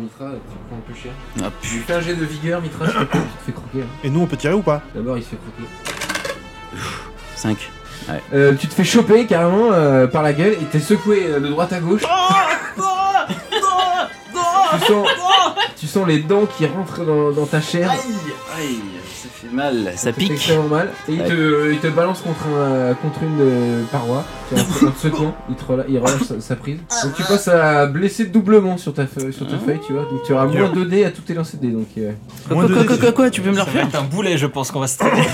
Mitra, tu prends plus cher.
Ah,
Tu
pu-
fais un jet de vigueur, Mitra, je te croque, tu te fais croquer. hein.
Et nous, on peut tirer ou pas
D'abord, il se fait croquer.
5.
Euh, tu te fais choper carrément euh, par la gueule et t'es secoué euh, de droite à gauche. tu, sens, tu sens les dents qui rentrent dans, dans ta chair.
Aïe, ça fait mal, ça
fait
pique.
extrêmement mal. Et il te, il te balance contre, un, contre une euh, paroi. Tu as un second, il, te rela- il relâche sa, sa prise. Donc tu passes à blesser doublement sur ta, feu- sur
Ah.
ta feuille, tu vois. Donc tu auras moins 2 dés à tous tes lancers de dés. Donc, euh,
Quoi, quoi,
Moins de
quoi,
dés.
quoi, quoi, quoi, tu peux me la
Ça va
refaire
être un boulet je pense qu'on va se traiter.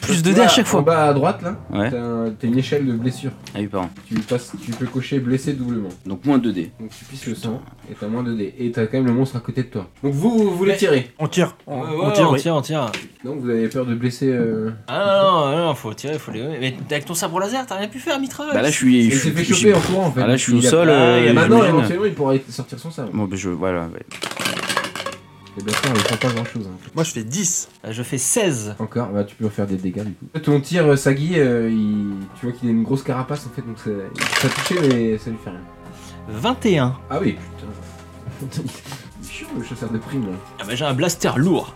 Plus de dés à chaque
En
fois.
bas à droite, là,
Ouais.
t'as un- t'as une échelle de blessure.
Ah oui, pardon.
Tu, passes, tu peux cocher blessé doublement.
Donc moins 2 dés.
Donc tu pisses le sang et t'as moins 2 dés. Et t'as quand même le monstre à côté de toi. Donc vous, vous voulez
Mais-
tirer.
On tire.
Ouais,
On,
ouais,
on tire,
on
oui.
tire, on tire.
Donc vous avez peur de blesser. euh,
Ah non, non, non, faut tirer, faut les. Mais avec ton sabre laser, t'as rien pu faire, Mitra
Bah là je suis.
Il
je
s'est
suis-
fait
j'ai-
choper en courant en fait.
Ah là je suis
Il
au
a-
sol.
Ah,
euh,
il y a
Maintenant,
j'imagine.
éventuellement, il pourra sortir son sabre.
Bon, bah, je. Voilà, ouais.
Les blessures, ils font pas hein. grand chose.
Moi, je fais 10.
Euh, Je fais 16.
Encore, bah tu peux refaire des dégâts du coup. Ton tir euh, Sagi, euh, il- tu vois qu'il a une grosse carapace en fait, donc ça, ça touché mais ça lui fait rien.
21.
Ah oui, putain. Chiant, le chasseur de primes.
Ah bah, j'ai un blaster lourd.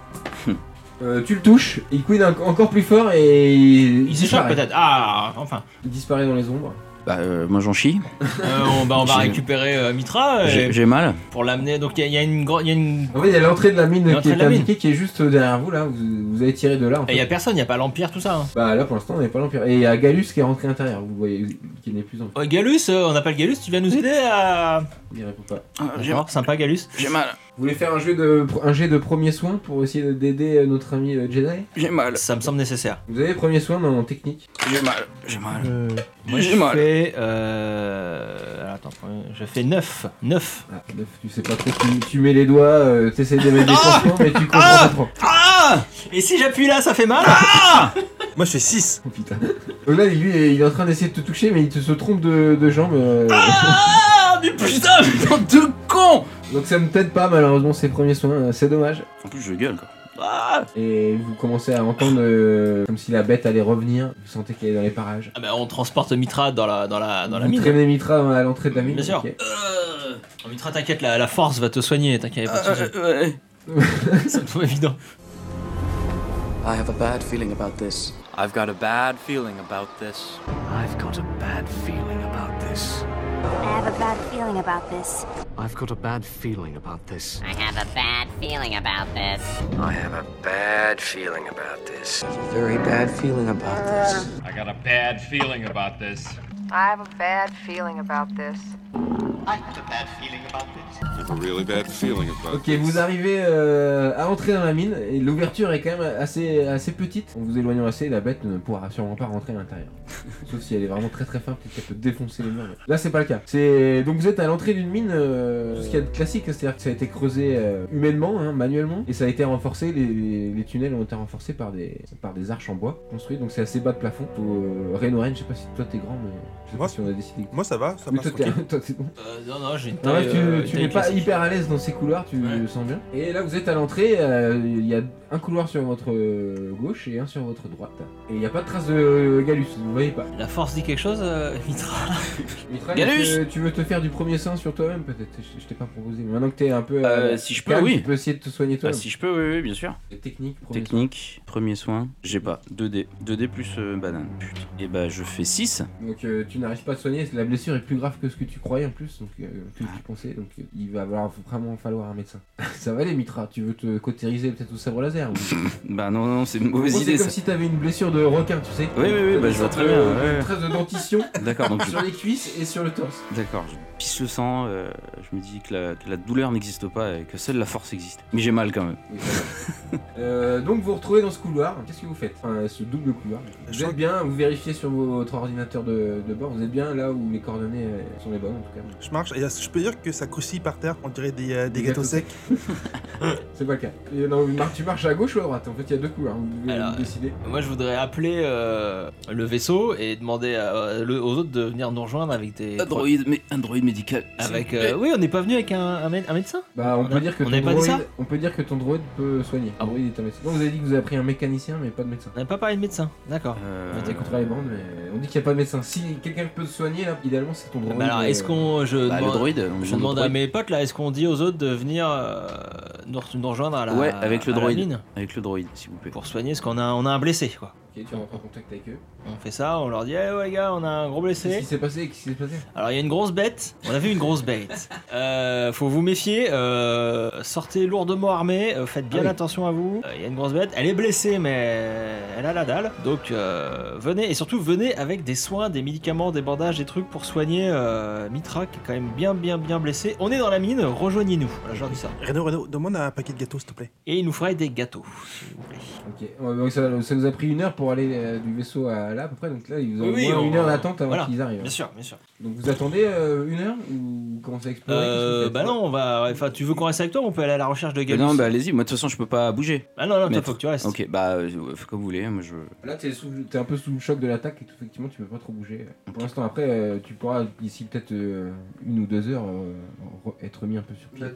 Euh, tu le touches, il couine un- encore plus fort et il,
Il s'échappe
disparaît.
peut-être. Ah, enfin.
Il disparaît dans les ombres.
Bah, euh, moi j'en chie.
Euh, on, bah, on va
J'ai-
récupérer euh, Mitra
J'ai
et-
j'ai mal.
pour l'amener. Donc il y, a- il y a une grande. Il y a une.
En fait, il y a l'entrée de la mine qui
L'entrée de
est
la mine.
indiquée, qui est juste derrière vous là. Vous, vous avez tiré de là. En
Et
fait.
il y a personne, il n'y a pas l'Empire, tout ça. hein.
Bah là pour l'instant on n'est pas l'empire. Et il y a Galus qui est rentré à l'intérieur, vous voyez, qui n'est plus en.
Euh, Galus, euh, on appelle Galus, tu viens nous aider à.
Il répond pas.
Ah, J'ai mal.
D'accord, sympa Galus.
J'ai mal.
Vous voulez faire un jeu de un jet de premier soin pour essayer d'aider euh, notre ami euh, Jedi
J'ai mal.
Ça me semble nécessaire.
Vous avez premier soin mais en technique.
J'ai mal. J'ai mal.
Euh,
Moi
J'ai
je
mal.
fais. Euh... alors, attends, je fais 9. 9.
ah, neuf, tu sais pas trop, tu, tu mets les doigts, euh, t'essayes de mettre des points, mais tu comprends
Ah
pas trop.
Ah Et si j'appuie là, ça fait mal
Moi, je fais 6.
Oh putain. Donc là lui il est en train d'essayer de te toucher mais il te se trompe de, de jambe. euh,
Ah Mais putain, putain de con
Donc ça ne t'aide pas malheureusement ces premiers soins, euh, c'est dommage.
En plus, je gueule quoi.
Ah,
Et vous commencez à entendre euh, comme si la bête allait revenir, vous sentez qu'elle est dans les parages.
Ah bah on transporte Mitra dans la, dans la, Ah, dans la
Vous
mine.
traînez Mitra euh, à l'entrée de la mine.
Bien sûr.
ok.
Euh, Mitra, t'inquiète, la, la force va te soigner, t'inquiète, pas de
Euh,
soucis.
euh, ouais.
ça me semble évident.
I have a bad feeling about this. I've got a bad feeling about this.
I've got a bad feeling about this.
I have a bad feeling about this.
I've got a bad feeling about this.
I have a bad feeling about this.
I have a bad feeling about this.
Very bad feeling about this.
I got a bad feeling about this.
I have a bad feeling about this.
Ok, vous arrivez euh, à entrer dans la mine et l'ouverture est quand même assez, assez petite. En vous éloignant assez, la bête ne pourra sûrement pas rentrer à l'intérieur. Sauf si elle est vraiment très très fin, peut-être qu'elle peut défoncer les murs. mais- Là, c'est pas le cas. C'est donc vous êtes à l'entrée d'une mine, euh, ce qu'il y a de classique, c'est-à-dire que ça a été creusé euh, humainement, hein, manuellement, et ça a été renforcé. Les, les tunnels ont été renforcés par des par des arches en bois construites, donc c'est assez bas de plafond. Faut, euh, Ren, Ren, je sais pas si toi t'es grand, mais je sais
Moi,
pas si on a décidé.
Moi, ça va, ça
Oui,
passe
toi, t'es-
tranquille.
toi, t'es bon.
Euh, non, non, j'ai une
Ah ouais,
taille, euh,
tu, tu
taille
n'es pas
classique.
hyper à l'aise dans ces couloirs, tu
Ouais.
le sens bien. Et là, vous êtes à l'entrée, euh, il y a un couloir sur votre euh, gauche et un sur votre droite. Et il n'y a pas de trace de Galus, vous voyez pas.
La force dit quelque chose, euh, Mitra
Mitra,
Gallus
est-ce que tu veux te faire du premier soin sur toi-même peut-être Je, je t'ai pas proposé. mais Maintenant que t'es un peu.
Euh, si je peux,
calme,
oui.
Tu peux essayer de te soigner
Ah,
toi-même.
si je peux, oui, oui, bien sûr.
Technique, premier soin.
Technique, premier soin. J'ai pas. 2D. 2D plus euh, banane. Putain. Et bah, je fais 6.
Donc euh, tu n'arrives pas à te soigner, la blessure est plus grave que ce que tu croyais en plus, donc, euh, que
Ah.
tu pensais, donc euh, il va falloir- vraiment falloir un médecin. Ça va aller Mitra, tu veux te cautériser peut-être au sabre laser ou-
Bah, non, non, c'est une
En
mauvaise
gros,
idée
C'est comme
ça.
si t'avais une blessure de requin, tu sais.
Oui, oui, oui,
T'as
bah,
des
je vois
sortes
très
de-
bien, ouais, ouais.
Traces de dentition
D'accord, donc je
sur les cuisses et sur le torse.
D'accord, je pisse le sang, euh, je me dis que la, que la douleur n'existe pas et que seule la force existe. Mais j'ai mal quand même.
Euh, donc vous vous retrouvez dans ce couloir. Qu'est-ce que vous faites Enfin, ce double couloir. Vous êtes bien, vous vérifiez sur votre ordinateur de, de bord, vous êtes bien là où les coordonnées euh, sont les bonnes en tout cas.
Je marche. Et est-ce que je peux dire que ça croustille par terre On dirait des, euh, des
Des
gâteaux
gâteaux
secs.
C'est pas le cas. Et non, Mar- tu marches à gauche ou à droite En fait, il y a deux couloirs, vous devez
Alors, euh,
vous décider.
Moi, je voudrais appeler euh, le vaisseau et demander à- euh, le- aux autres de venir nous rejoindre avec des.
Android, mais Android médical.
Avec. euh, oui, on n'est pas venu avec un, un mé- un médecin
Bah, on,
on
peut
a-
dire que
on
ton
avait pas dit
droïde-
ça
on peut dire que ton droïde peut soigner.
Ah bon
Droïde est un médecin. Non, vous avez dit que vous avez pris un mécanicien, mais pas de médecin.
On n'a pas parlé de médecin, d'accord.
Euh,
Mais t'écoutes.
Contre les bandes, mais on dit qu'il n'y a pas de médecin. Si quelqu'un peut te soigner, là, idéalement, c'est ton droïde.
Bah alors, est-ce
euh,
qu'on. Je
bah, le
demande,
droïde, on
je
demande
demande
au
à
droïde.
mes potes là, est-ce qu'on dit aux autres de venir euh, nous, re- nous rejoindre à la,
Ouais, avec le
à la
droïde.
mine
Avec le droïde, s'il vous plaît.
pour soigner ce qu'on a, on a un blessé quoi.
Ok, tu rentres en contact avec eux.
On fait ça, on leur dit, eh ouais, les gars, on a un gros
Qu'est-ce qui
blessé.
s'est passé Qu'est-ce qui s'est passé
Alors, il y a une grosse bête. On a vu une grosse bête. Euh, faut vous méfier. euh, sortez lourdement armé. euh, faites bien
Ah oui.
attention à vous. Euh, Il y a une grosse bête. Elle est blessée, mais elle a la dalle. Donc, euh, venez. Et surtout, venez avec des soins, des médicaments, des bandages, des trucs pour soigner euh, Mitra, qui est quand même bien, bien, bien blessé. On est dans la mine. Rejoignez-nous. Voilà, je leur dis ça.
Renaud, Renaud, demande un paquet de gâteaux, s'il te plaît.
Et il nous ferait des gâteaux, s'il vous plaît.
Ok, Ouais, donc ça, ça vous a pris une heure pour aller euh, du vaisseau à là à peu près, donc là ils ont
Oui,
moins
on-
une heure d'attente avant
voilà.
qu'ils arrivent.
Bien sûr, bien sûr.
Donc vous attendez euh, une heure ou vous commencez à explorer Qu'est-ce que
Euh,
vous
bah
faites
non, on va. Enfin, tu veux qu'on reste avec toi ou on peut aller à la recherche de
Mais
Galus
non, bah allez-y, moi de toute façon je peux pas bouger.
Ah non, non, toi,
Maître.
faut que tu restes.
Ok, bah euh, comme vous voulez, moi je.
Là t'es, sous- t'es un peu sous le choc de l'attaque et tout, effectivement tu peux pas trop bouger. Pour l'instant après euh, tu pourras d'ici peut-être euh, une ou deux heures euh, re- être mis un peu sur pied.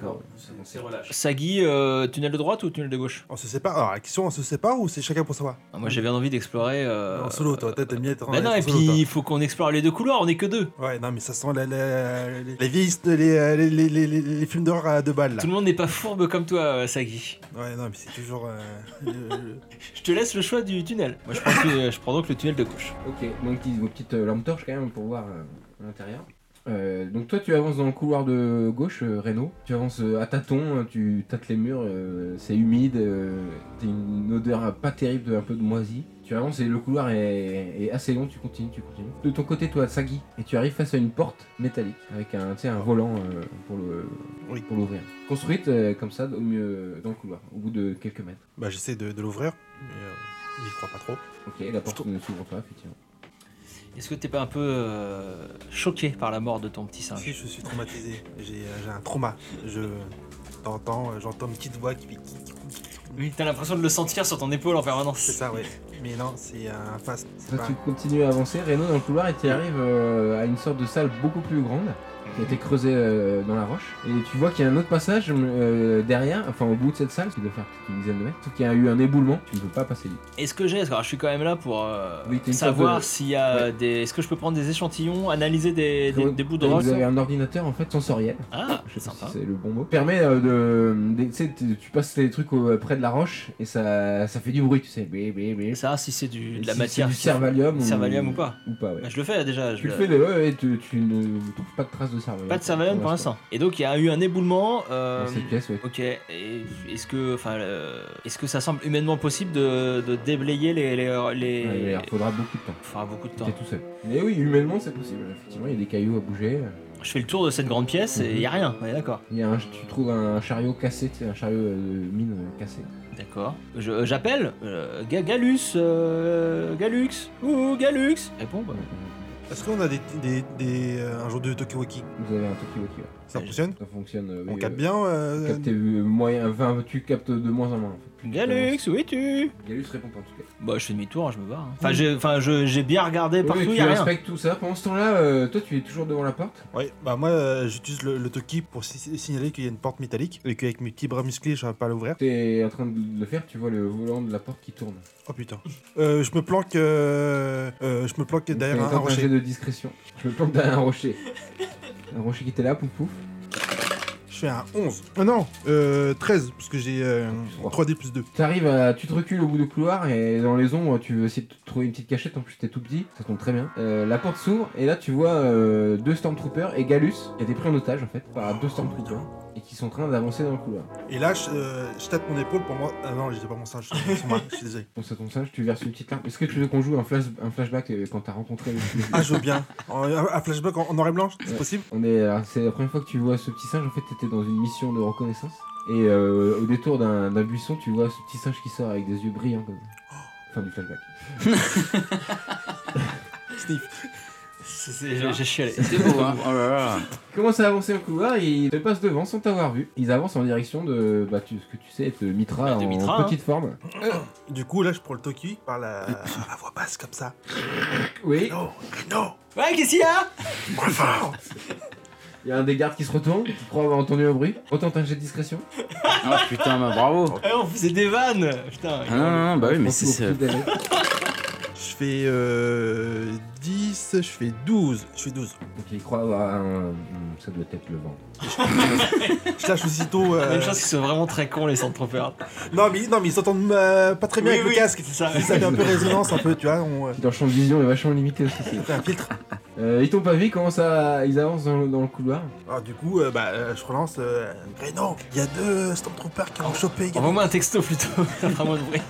c'est relâche. Sagui, euh, tunnel de droite ou tunnel de gauche
On se sépare. Alors, la question, on se sépare ou c'est chacun pour soi
Ah, Moi j'avais envie d'explorer. euh,
En solo, toi, toi, t'aimes bien être en-
bah non,
en
et
solo,
puis
toi. Bah.
il faut qu'on explore les deux couloirs, on est que deux.
Ouais, non, mais ça sent la, la- les, les vieilles- les, euh, les, les, les, les- les films d'or à deux balles. là.
Tout le monde n'est pas fourbe comme toi, euh, Sagi.
Ouais, non, mais c'est toujours. euh, le- le-
Je te laisse le choix du tunnel. Moi, je prends, que- je prends donc le tunnel de gauche.
Ok, donc ils- vos petites euh, lampes torches quand même pour voir euh, à l'intérieur. Euh, donc toi tu avances dans le couloir de gauche, euh, Reno. Tu avances euh, à tâtons, hein, tu tâtes les murs, euh, c'est humide, euh, t'as une odeur euh, pas terrible, de- un peu de moisi. Tu avances et le couloir est, est assez long, tu continues, tu continues. De ton côté toi, Sagi, et tu arrives face à une porte métallique avec un, tu sais, un volant euh, pour le pour l'ouvrir. Construite euh, comme ça au mieux dans le couloir, au bout de quelques mètres.
Bah, j'essaie de, de l'ouvrir, mais euh, j'y crois pas trop.
Ok, la porte ne s'ouvre pas, effectivement.
Est-ce que t'es pas un peu euh, choqué par la mort de ton petit singe
Si, je suis traumatisé. J'ai euh, j'ai un trauma. Je. T'entends, euh, j'entends une petite voix qui. qui- qui-
Oui, t'as l'impression de le sentir sur ton épaule en permanence.
C'est ça, ouais. Mais non, c'est un face. C'est
Toi,
pas.
tu continues à avancer, Reno dans le couloir, et tu arrives euh, à une sorte de salle beaucoup plus grande qui a été creusée euh, dans la roche. Et tu vois qu'il y a un autre passage euh, derrière, enfin au bout de cette salle, qui doit faire peut-être une dizaine de mètres, sauf qu'il y a eu un éboulement, tu ne peux pas passer vite.
Est-ce que j'ai Alors, je suis quand même là pour euh,
Oui, t'es une
savoir
sorte de-
s'il y a
Ouais.
des. Est-ce que je peux prendre des échantillons, analyser des, des, des bouts de
Et
roche
Vous avez un ordinateur en fait sensoriel.
Ah,
Je sais pas
sympa.
si c'est le bon mot. Permet euh, de. des- tu sais, tu tu passes les trucs au- près de la roche et ça, ça fait du bruit, tu sais. Bé, bé, bé.
Ça, si c'est du, de la
Si c'est
matière.
du
qui-
cervalium ou-
Cervalium ou pas
Ou pas, ouais.
Bah, Je le fais déjà. je
Tu le fais, ouais, ouais, et tu, tu ne trouves pas de traces de cervalium.
Pas de cervalium pour l'instant. Et donc il y a eu un éboulement. euh,
Dans cette pièce, oui.
Ok. Et est-ce que, enfin, euh, est-ce que ça semble humainement possible de, de déblayer les les, les-
Ouais, mais il faudra beaucoup de temps.
Il faudra beaucoup de temps.
T'es tout seul. Mais oui, humainement, c'est possible. Effectivement, il y a des cailloux à bouger. euh,
Je fais le tour de cette grande pièce et il y
Mhm.
a rien. On est d'accord.
Il y a un- tu trouves un chariot cassé, tu sais, un chariot euh, de mine euh, cassé.
D'accord. Je- euh, J'appelle euh, Ga- Galus, euh, Galux, ouh Galux. Réponds. bah.
Est-ce qu'on a des, des, des, euh, un jour de Tokiwoki
Vous avez un Tokiwoki. ouais.
Ça fonctionne
Ça fonctionne. euh,
On
oui,
capte
euh,
bien euh,
vous captez, euh, moyen, enfin, tu captes de moins en moins. En fait. Plus tu
Galux, où es-tu
avances. Galus répond pas en tout cas.
Bah je fais demi-tour, hein, je me barre. hein. Enfin j'ai, enfin je- j'ai bien regardé partout,
oui,
il
tu
y a rien.
respectes tout ça. Pendant ce temps-là, euh, toi, tu es toujours devant la porte.
Ouais, bah moi euh, j'utilise le, le Toki pour si- signaler qu'il y a une porte métallique et qu'avec mes petits bras musclés je ne pas à l'ouvrir.
T'es en train de le faire, tu vois le volant de la porte qui tourne.
Oh putain. Euh, je me planque, euh, euh, je me planque derrière
Fais
un, un
tente jet
rocher.
de discrétion. Je me plante derrière un rocher. un rocher qui était là, pouf pouf.
Je fais un 11. Ah non, euh, 13, parce que j'ai euh, 3D plus 2.
T'arrives à. Tu te recules au bout du couloir et dans les ombres, tu veux essayer de trouver une petite cachette, en plus t'es tout petit, ça tombe très bien. Euh, la porte s'ouvre et là tu vois euh, deux Stormtroopers et Galus qui a été pris en otage en fait par deux Stormtroopers et qui sont en train d'avancer dans le couloir.
Et là, je, euh, je tape mon épaule pour moi. Ah non, j'étais pas mon singe, c'est moi, je suis désolé.
Donc c'est ton singe, tu verses une petite larme. Est-ce que tu veux qu'on joue un, flash... un flashback euh, quand t'as rencontré le
Ah, je veux bien. En- Un un flashback en, en noir et blanc, c'est possible
On est, alors, c'est la première fois que tu vois ce petit singe. En fait, t'étais dans une mission de reconnaissance. Et euh, au détour d'un d'un buisson, tu vois ce petit singe qui sort avec des yeux brillants comme ça. Fin du flashback.
C'est- c'est- j'ai- j'ai chialé.
C'était beau, hein. Oh là là.
Ils commencent à avancer au couloir et ils te passent devant sans t'avoir vu. Ils avancent en direction de bah, tu- ce que tu sais être Mitra
de
en
Mitra,
petite
hein.
forme.
Du coup, là, je prends le Toki par la, par la voix basse comme ça.
Oui.
Non, non,
Ouais, qu'est-ce qu'il y a
moins fort
Il y a un des gardes qui se retourne, tu crois avoir entendu un bruit. Autant un jet de discrétion.
Ah putain, bah, bravo.
Eh, On faisait des vannes. Putain.
Hein
Ah non, non, non, bah oui, mais c'est. c'est-
Je fais euh, 10, je fais 12. Je fais 12.
Donc il croit avoir un... hmm, Ça doit être le ventre.
Je lâche aussitôt. euh,
Même chose qu'ils sont vraiment très cons les centropères.
Non, mais, non, mais ils s'entendent euh, pas très bien
Oui,
avec
oui,
le casque.
c'est ça.
Ça fait un peu résonance, un peu, tu vois. On, euh,
Qui dans le champ de vision est vachement limité aussi. c'est-
fait un filtre.
Euh, ils t'ont pas vu, ils commencent à... Ils avancent dans, le- dans le couloir.
Alors, du coup, euh, bah, euh, je relance. Euh, mais non, il y a deux Stormtroopers qui l'ont chopé également.
Envoie-moi un texto plutôt, ça fera moins de bruit.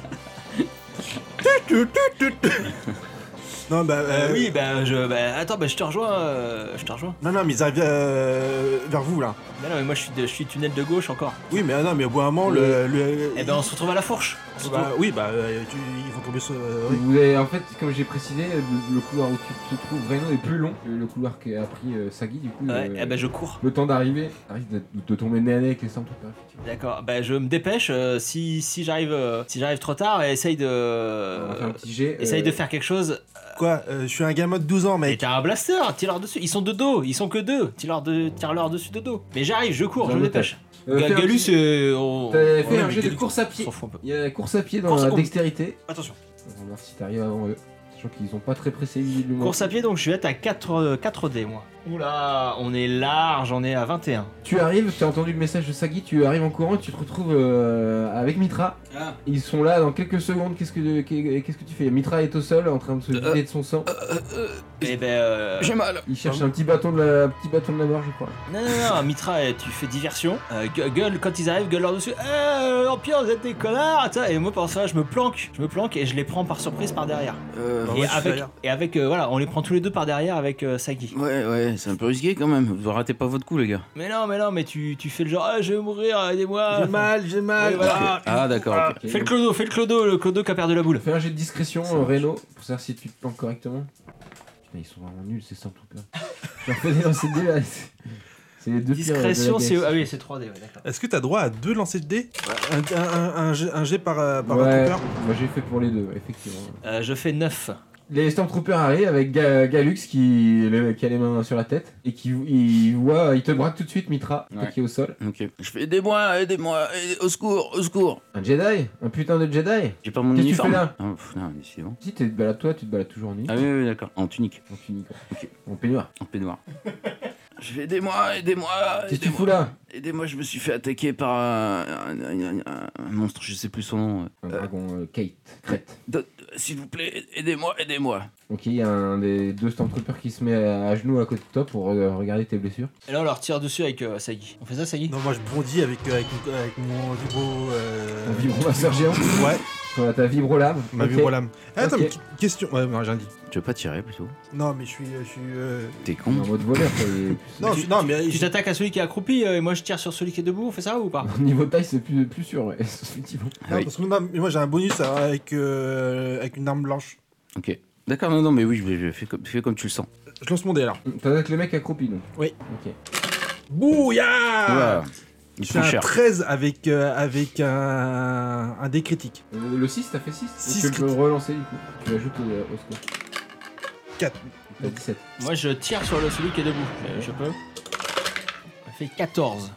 Non, bah.
Euh,
euh,
oui, bah, je, bah, attends, bah, je te rejoins, euh, je te rejoins.
Non, non, mais ils arrivent euh, vers vous, là.
Bah non, mais moi je suis, de- je suis tunnel de gauche encore.
Oui, mais euh, non, mais au bout d'un moment, le. le-
Eh ben, on se retrouve à la fourche. On se
Bah,
retrouve-
oui, bah, euh, tu- ils vont tomber sur. euh, oui.
Vous avez- en fait, comme j'ai précisé, le, le couloir où tu te trouves, Reno, est plus long que le couloir qu'a pris euh, Sagi. Du coup,
Ouais,
euh,
eh ben, je cours.
le temps d'arriver, arrive de, de tomber nez à nez avec les Stormtroopers. effectivement.
D'accord, bah, je me dépêche. euh, si si j'arrive euh, si j'arrive trop tard, essaye de.
On va faire un petit jet.
Essaye
euh,
de faire quelque chose.
Quoi euh, Je suis un gamin de 12 ans,
Et
mec.
t'as un blaster, tire-leur dessus. Ils sont de dos, ils sont que deux. Tire-leur de... tire -leur dessus de dos. Mais j'arrive, je cours,
Ils
je
ont
me
le
dépêche.
euh,
Ga-
fais un
Galus,
petit-
euh, on.
T'as fait
Ouais,
un
mais
jeu de
Galus,
course à
on
pied.
s'en fout un peu.
Il y a la course à pied dans
Course-
la
on-
dextérité.
Attention.
On remercie Tario avant eux. Sachant qu'ils ont pas très pressé visiblement.
Course à pied, donc je vais être à 4, 4D moi. Oula, on est large, on est à 21.
Tu arrives, tu as entendu le message de Sagi, tu arrives en courant, tu te retrouves euh, avec Mitra.
Ah.
Ils sont là dans quelques secondes, qu'est-ce que, qu'est- qu'est-ce que tu fais Mitra est au sol en train de se
Euh,
vider de son sang.
Euh,
Eh ben. euh,
Il cherche un petit bâton de la, petit bâton de la mort, je crois.
Non, non, non, Mitra, eh, tu fais diversion. Euh, gue- gueule, quand ils arrivent, gueule leur dessus. Eh, l'Empire, vous êtes des connards tu sais. Et moi, pendant ça, je me planque. Je me planque et je les prends par surprise par derrière.
bah
et,
ouais, je suis
avec,
derrière.
et avec, euh, voilà, on les prend tous les deux par derrière avec euh, Sagi.
Ouais, ouais, c'est un peu risqué quand même. Vous ratez pas votre coup, les gars.
Mais non, mais non, mais tu, tu fais le genre, ah, je vais mourir, aidez-moi.
J'ai mal, j'ai mal.
Ouais, voilà.
Ah, d'accord.
Ah,
ok.
Fais le clodo, fais le clodo, le clodo qui a perdu la boule.
Fais un jet de discrétion, euh, Reno, pour savoir si tu te planques correctement. Putain, ils sont vraiment nuls, c'est simple ou pas. Je leur connais dans ces deux là. c'est- C'est les deux pires, euh, de la
Discrétion, c'est.
galaxie.
Ah oui, c'est 3D, ouais, d'accord.
Est-ce que t'as droit à deux lancers de dés un, un- un- un jet- un jet par, euh, par un
Ouais,
trooper
moi j'ai fait pour les deux, effectivement.
Euh, je fais 9.
Les Stormtroopers arrivent avec Ga- Galux qui, le- qui a les mains sur la tête et qui il voit, il te braque tout de suite Mitra, toi
Ouais.
qui est au sol.
Ok. Je fais aidez-moi, aidez-moi, aidez- au secours, au secours.
Un Jedi Un putain de Jedi
J'ai pas mon
Qu'est-ce que tu
uniforme.
fais là
Ah, pff, non, décidément.
Si tu te balades toi, tu te balades toujours en nuit.
Ah oui, oui, oui, d'accord. En tunique,
En tunique, ouais.
Ok.
en peignoir.
en peignoir. je fais aidez-moi, aidez-moi.
Qu'est-ce que tu
aidez-moi.
fous là
Aidez-moi, je me suis fait attaquer par un, un- un- un- un monstre, je sais plus son nom.
Un
Euh,
dragon euh, Kate, crête.
don- S'il vous plaît, aidez-moi, aidez-moi.
Ok, il y a un des deux Stormtroopers qui se met à, à genoux à côté de toi pour euh, regarder tes blessures.
Et là, on leur tire dessus avec euh, Sagi. On fait ça, Sagi
Non, moi je bondis avec, euh, avec, mon- avec mon vibro. euh,
Ton vibromasseur géant
Ouais,
T'as ta vibrolame.
ma
ok.
vibrolame. Attends,
Ok.
mais qu- question. Ouais, non, j'ai rien dit.
Tu veux pas tirer plutôt
Non, mais je suis. euh, je suis euh,
T'es
T'es
con
En mode voleur, toi, et-
Non, je- non, mais.
Tu t'attaques à celui qui est accroupi euh, et moi je tire sur celui qui est debout, on fait ça ou pas
au niveau taille, c'est plus, plus sûr, ouais, effectivement.
Ah
Non,
oui.
parce que moi, moi, j'ai un bonus hein, avec, euh, avec une arme blanche.
Ok. D'accord, non, non, mais oui, je, je fais, comme, fais comme tu le sens.
Je lance mon dé alors.
T'attaques le mec accroupi, donc.
Oui.
Ok.
Bouya
Ouais. Il
J'ai
prend
un
cher.
13 avec, euh, avec un, un dé critique.
Euh, Le 6, t'as fait 6
Six
Tu peux le
critiques.
relancer, du coup. Tu l'ajoutes au, au score.
4.
T'as 17.
Moi je tire sur le, celui qui est debout. Je, je peux. Ça fait 14.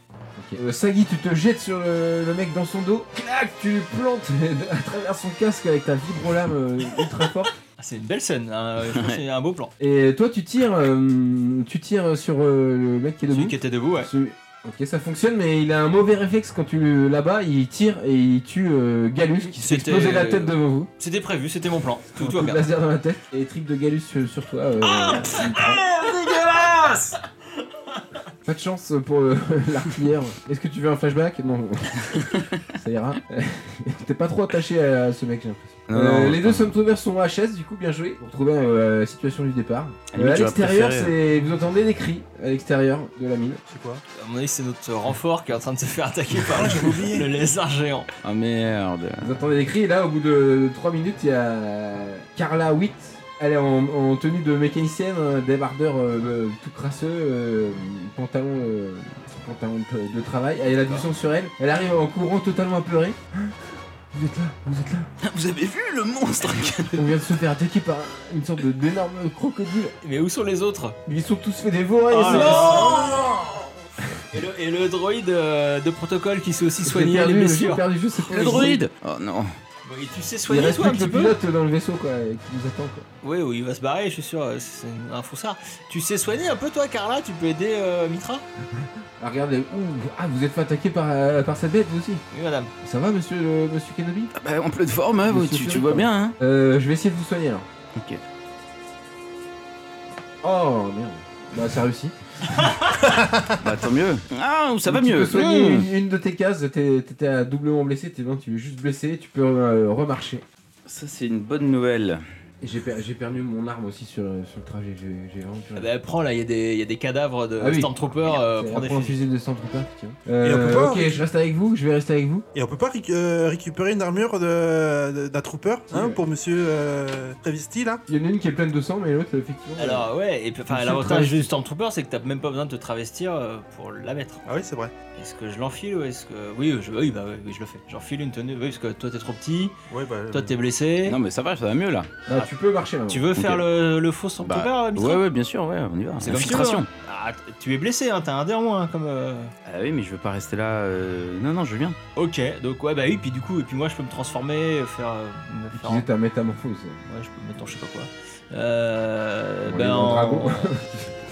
Ok. Euh, Sagi, tu te jettes sur le, le mec dans son dos. Clac Tu lui plantes à travers son casque avec ta vibrolame euh, ultra forte.
Ah, c'est une belle scène, hein, je pense que c'est un beau plan.
Et toi, tu tires, euh, tu tires sur euh, le mec qui est debout.
Celui qui était debout, ouais.
Celui- Ok, ça fonctionne, mais il a un mauvais réflexe quand tu le- là-bas, il tire et il tue euh, Galus qui s'est
C'était-
explosé la tête devant vous.
C'était prévu, c'était mon plan.
Un
Tout, tout va
coup de
bien.
laser dans la tête et trip de Galus sur, sur toi. euh, il prend.
Dégueulasse
Pas de chance pour euh, l'artilleur. Est-ce que tu veux un flashback Non. ça ira. T'es pas trop attaché à ce mec, j'ai l'impression.
Non,
Euh,
non,
les
non.
deux sommes trouvés sont HS, du coup, bien joué. Pour retrouver euh, la situation du départ. Euh, à
À la limite, j'aurais
l'extérieur,
préféré,
c'est vous entendez des cris à l'extérieur de la mine.
C'est quoi
À mon avis, c'est notre renfort qui est en train de se faire attaquer par le lézard géant.
Ah merde.
Vous entendez des cris et là, au bout de 3 minutes, il y a Carla Witt. Elle est en, en tenue de mécanicienne, un débardeur euh, euh, tout crasseux, euh, pantalon, euh, pantalon de, de travail. Elle a du sang sur elle. Elle arrive en courant totalement apeurée. Hein Vous êtes là, vous êtes là.
Vous avez vu le monstre
On vient de se faire attaquer par un- une sorte de- d'énorme crocodile.
Mais où sont les autres
Ils sont tous fait dévorer.
Oh
ils sont-
et le, et le droïde euh, de protocole qui s'est aussi
J'ai
soigné
perdu,
les
j'ai
blessures.
perdu, je sais pas.
Le droïde Oh non.
Bon, Et tu sais
Il
soigner
reste
toi un
plus que
petit
le
peu
pilote dans le vaisseau quoi, et qui nous attend quoi.
Oui, ou il va se barrer, je suis sûr, euh, c'est un foussard. Tu sais soigner un peu toi, Carla Tu peux aider euh, Mitra
Ah regardez, ouh, ah vous êtes fait attaquer par, euh, par cette bête vous aussi.
Oui, madame.
Ça va monsieur, euh, monsieur Kenobi
Ah bah, en pleine forme, hein, vous, tu, tu vois bien, hein
Euh, je vais essayer de vous soigner alors.
Ok.
Oh merde. Bah ça réussit.
Bah tant mieux. Ah, ça va
Tu peux
mieux.
soigner
Mmh.
une, une de tes cases, t'es- t'étais à doublement blessé, t'es non, tu es juste blessé, tu peux euh, remarcher.
Ça, c'est une bonne nouvelle.
Et J'ai per- j'ai perdu mon arme aussi sur, euh, sur le trajet, j'ai j'ai vraiment plus
Ah
rien.
bah, prends là, il y, a des- il y a des cadavres de
Ah oui.
Stormtroopers, euh,
C'est
prends des
après un
fusils.
fusil de Stormtrooper, effectivement.
on peut
Euh,
pas- hein.
ok, je reste avec vous, je vais rester avec vous.
Et on peut pas récu- euh, récupérer une armure de- de- d'un trooper hein,
ouais.
pour monsieur euh, Travesti là
Il y en a une qui est pleine de sang, mais l'autre, effectivement.
Alors ouais, et puis, enfin,
Monsieur
l'avantage
travesti.
du Stormtrooper, c'est que t'as même pas besoin de te travestir euh, pour la mettre.
Ah oui, c'est vrai.
Est-ce que je l'enfile ou est-ce que... Oui, je, oui, bah, oui, oui, je le fais. J'enfile une tenue, oui, parce que toi t'es trop petit,
Ouais, bah,
toi
euh,
t'es blessé.
Non, mais ça va, ça va mieux là.
Ah, tu peux marcher là.
Tu veux faire
Ok.
le, le faux Stormtrooper,
Bah,
Mitra
ouais, ouais, bien sûr, ouais, on y va.
C'est comme tu veux,
Infiltration.
hein. Bah, t- tu es blessé, hein, t'as un dé en moins, hein, comme. euh.
Ah oui, mais je veux pas rester là. euh, Non, non, je viens.
Ok, donc ouais, bah oui, puis du coup, et puis moi, je peux me transformer, euh, faire. euh, me faire
Utiliser ta métamorphose.
Ouais, je peux me mettre en je sais pas quoi. Euh,
On est
ben,
en
en-
dragon.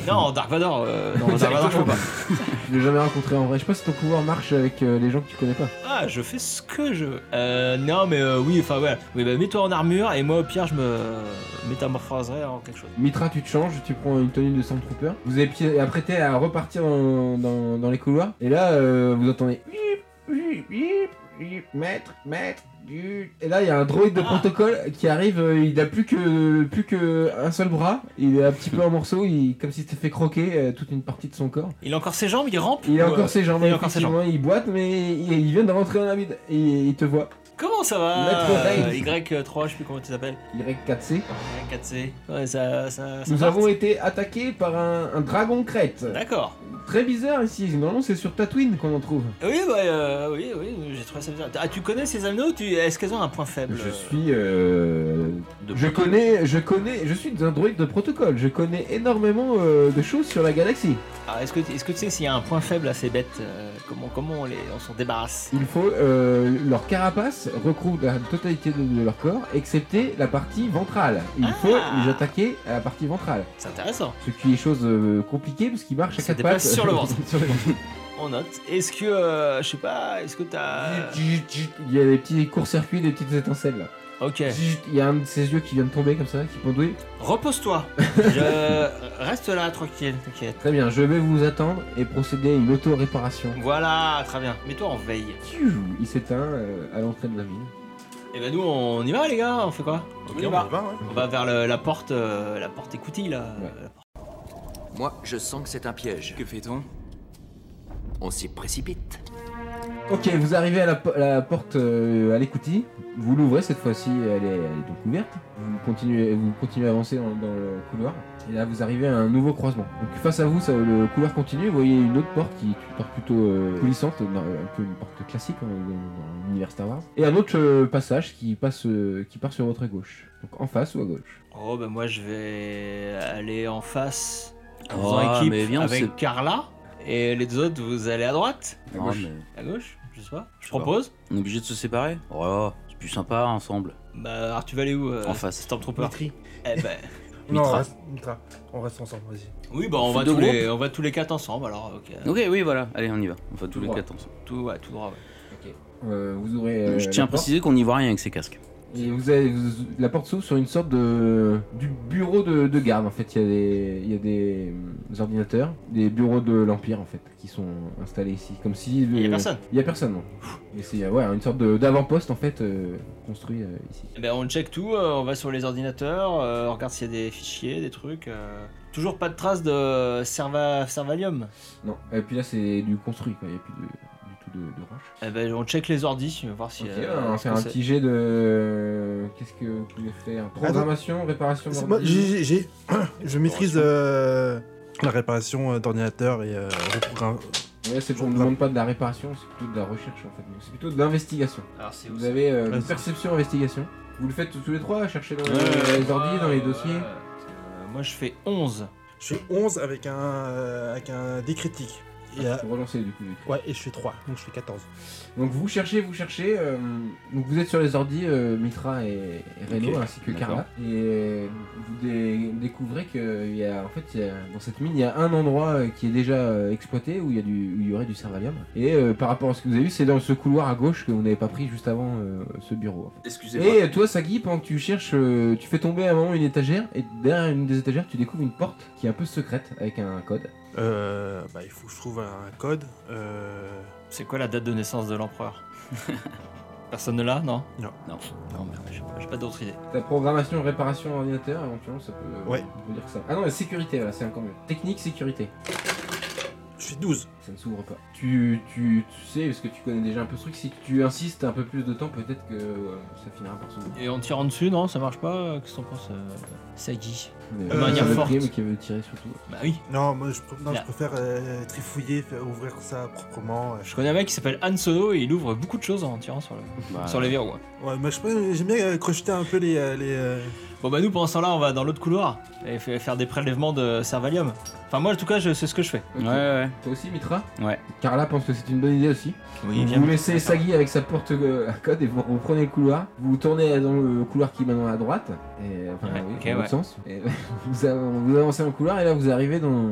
non, en Dark Vador. euh, non, en Dark Vador, je peux pas.
Je l'ai jamais rencontré en vrai. Je sais pas si ton pouvoir marche avec euh, les gens que tu connais pas.
Ah, je fais ce que je veux. Euh, non, mais euh, oui, enfin, ouais. Oui, bah, mets-toi en armure et moi, au pire, je me métamorphoserai en quelque chose.
Mitra, tu te changes, tu prends une tenue de Stormtrooper. Vous avez pi- apprêté à repartir dans, dans- dans les couloirs. Et là, euh, vous entendez. Maître, maître, du. Et là, il y a un droïde
Ah.
de protocole qui arrive. euh, Il a plus que plus que un seul bras. Il est un petit peu en morceaux. Il, comme s'il s'était fait croquer euh, toute une partie de son corps.
Il a encore ses jambes, il rampe
Il
ou,
a
euh,
encore ses jambes.
Il a encore ses jambes.
effectivement, Il boite, mais il, il vient de rentrer dans la vide. Et il te voit.
Comment ça va
Maître
euh,
Hayes.
Y3, je sais plus comment tu t'appelles.
Y4C.
Ah, Y4C. Ouais, ça. ça, ça
Nous
part.
avons été attaqués par un, un dragon crête.
D'accord.
Très bizarre ici. Normalement, c'est sur Tatooine qu'on en trouve.
Oui, bah, euh, oui, oui, j'ai trouvé ça bizarre. Ah, tu connais ces anneaux tu... Est-ce qu'elles ont un point faible
Je suis. euh, je connais, je connais, je suis un droïde de protocole. Je connais énormément euh, de choses sur la galaxie.
Ah, est-ce, que, est-ce que tu sais s'il y a un point faible à ces bêtes euh, Comment, comment on, les, on s'en débarrasse
Il faut euh, leur carapace recouvre la totalité de, de leur corps, excepté la partie ventrale. Il faut les attaquer à la partie ventrale.
C'est intéressant.
Ce qui est chose euh, compliquée parce qu'ils marchent à
Ça
quatre pattes.
dépasse sur le ventre.
Sur le ventre.
On note. Est-ce que, euh, je sais pas, est-ce que t'as.
Il y a des petits courts-circuits, des petites étincelles là.
Ok.
Il y a un de ses yeux qui vient de tomber comme ça, qui pendouille.
Repose-toi. Je... Reste là, tranquille, t'inquiète.
Très bien, je vais vous attendre et procéder à une auto-réparation.
Voilà, très bien. Mets-toi en veille.
Piou, Il s'éteint euh, à l'entrée de la ville.
Et ben nous, on y va, les gars, on fait quoi
Oui, on y va, ouais.
On va vers le- la porte, euh, la porte écoutille, là.
Moi, je sens que c'est un piège. Que fait-on On s'y précipite.
Ok, vous arrivez à la, po- la porte euh, à l'écoutille. Vous l'ouvrez cette fois-ci, elle est, elle est donc ouverte. Vous continuez, vous continuez à avancer dans, dans le couloir. Et là, vous arrivez à un nouveau croisement. Donc face à vous, ça- le couloir continue. Vous voyez une autre porte qui est une porte plutôt euh, coulissante, non, un peu une porte classique hein, dans, dans l'univers Star Wars. Et un autre euh, passage qui passe, euh, qui part sur votre gauche. Donc en face ou à gauche.
Oh, ben moi, je vais aller en face. En
Oh,
faisant équipe
mais viens, on
avec
sait-
Carla. Et les autres, vous allez à droite.
À
À
gauche.
gauche. À gauche, je sais pas. Je,
sais pas.
propose.
Ah, On est obligé de se séparer Oh, c'est plus sympa ensemble.
Bah, alors tu vas aller où euh,
En face.
Stormtrooper.
Mitri.
Eh ben.
Non, on
Mitra.
reste, Mitra, on reste ensemble, vas-y.
Oui, bah on
Fait
va,
deux
tous les,
groupes.
on va tous les quatre ensemble alors. Ok,
Ok, oui, voilà. Allez, on y va. On va tous les
droit.
quatre ensemble.
Tout, ouais, tout droit. ouais.
Euh, vous aurez.
Euh,
Je tiens à préciser qu'on n'y voit rien avec ces casques.
Et vous avez, vous- la porte s'ouvre sur une sorte de du bureau de, de garde en fait. Il y a des, il y a des, euh, ordinateurs, des bureaux de l'empire en fait, qui sont installés ici, comme si
Il y a personne.
Il y a personne. Non. Et c'est ouais, une sorte de- d'avant-poste en fait euh, construit euh, ici.
Eh ben, on check tout, euh, on va sur les ordinateurs, euh, on regarde s'il y a des fichiers, des trucs. euh. Toujours pas de traces de Serva- Servalium.
Non. Et puis là c'est du construit quoi. Il y a plus de, du tout de, de roche.
Eh ben, on check les ordis, on va voir si.
Ok,
euh,
on va
ce
faire
que
un
c'est.
petit jet de qu'est-ce que vous pouvez faire Programmation, réparation.
C'est-
d'ordi.
Moi, j'ai- j'ai- j'ai- je maîtrise euh, la réparation euh, d'ordinateur et euh, reprogramme-
Ouais, c'est pour on ne demande pas de la réparation, c'est plutôt de la recherche en fait. Donc, C'est plutôt de l'investigation.
Alors, c'est où,
Vous
ça
avez euh,
Ouais,
une
c'est-
perception investigation. Vous le faites tous les trois, chercher dans
Ouais,
les,
ouais,
les ordi, dans les
ouais,
dossiers.
ouais. Euh, moi je fais 11.
Je fais 11 avec un, euh, avec un dé critique. Et, euh,
Pour relancer du coup. du coup.
ouais, et je fais 3, donc je fais 14.
Donc vous cherchez, vous cherchez. euh, donc vous êtes sur les ordi, euh, Mitra et, et Reno,
Ok,
ainsi que
d'accord.
Carla. Et euh, vous dé- découvrez que il y a, en fait, il y a- dans cette mine, il y a un endroit euh, qui est déjà euh, exploité où il y, a du, où il y aurait du servalium. Et euh, par rapport à ce que vous avez vu, c'est dans ce couloir à gauche que vous n'avez pas pris juste avant euh, ce bureau. en fait.
Excusez-moi.
Et toi, Sagi, pendant que tu cherches, euh, tu fais tomber à un moment une étagère, et derrière une des étagères, tu découvres une porte qui est un peu secrète avec un code.
Euh, bah, il faut que je trouve un code. Euh,
C'est quoi la date de naissance de l'empereur Personne ne l'a, non
Non.
Non.
Non, merde, j'ai pas- j'ai pas d'autre idée.
Ta programmation, réparation, ordinateur, éventuellement, ça peut,
Ouais.
on peut dire ça. Ah non, la sécurité, voilà, c'est encore mieux. Technique, sécurité.
je fais 12.
Ça ne s'ouvre pas. Tu, tu, tu sais, parce que tu connais déjà un peu ce truc, si tu insistes un peu plus de temps, peut-être que euh, ça finira par s'ouvrir.
Et en tirant dessus, non, ça marche pas Qu'est-ce qu'on pense euh, Sagi.
Mais,
De
euh,
manière
le
forte.
crime qui veut tirer surtout.
Bah oui.
Non, moi je, pr- non,
Là.
je préfère euh, trifouiller, faire- ouvrir ça proprement. euh.
Je connais un mec qui s'appelle Han Solo et il ouvre beaucoup de choses en tirant sur, le,
Bah,
sur les verrous. hein.
Ouais, moi je- j'aime bien euh, crocheter un peu les, euh, les, euh,
Bon bah nous pendant ce temps-là, on va dans l'autre couloir et f- faire des prélèvements de cervalium. Enfin moi en tout cas, je- c'est ce que je fais.
Ok. Toi aussi, Mitra
Ouais.
Carla pense que c'est une bonne idée aussi.
Oui,
vous
bien.
laissez Sagi avec sa porte euh, à code et vous, vous prenez le couloir. Vous tournez dans le couloir qui est maintenant à droite. Et, enfin,
Ouais,
Ah oui,
ok,
dans l'autre
ouais.
sens. Et vous, av- vous avancez dans le couloir et là vous arrivez dans.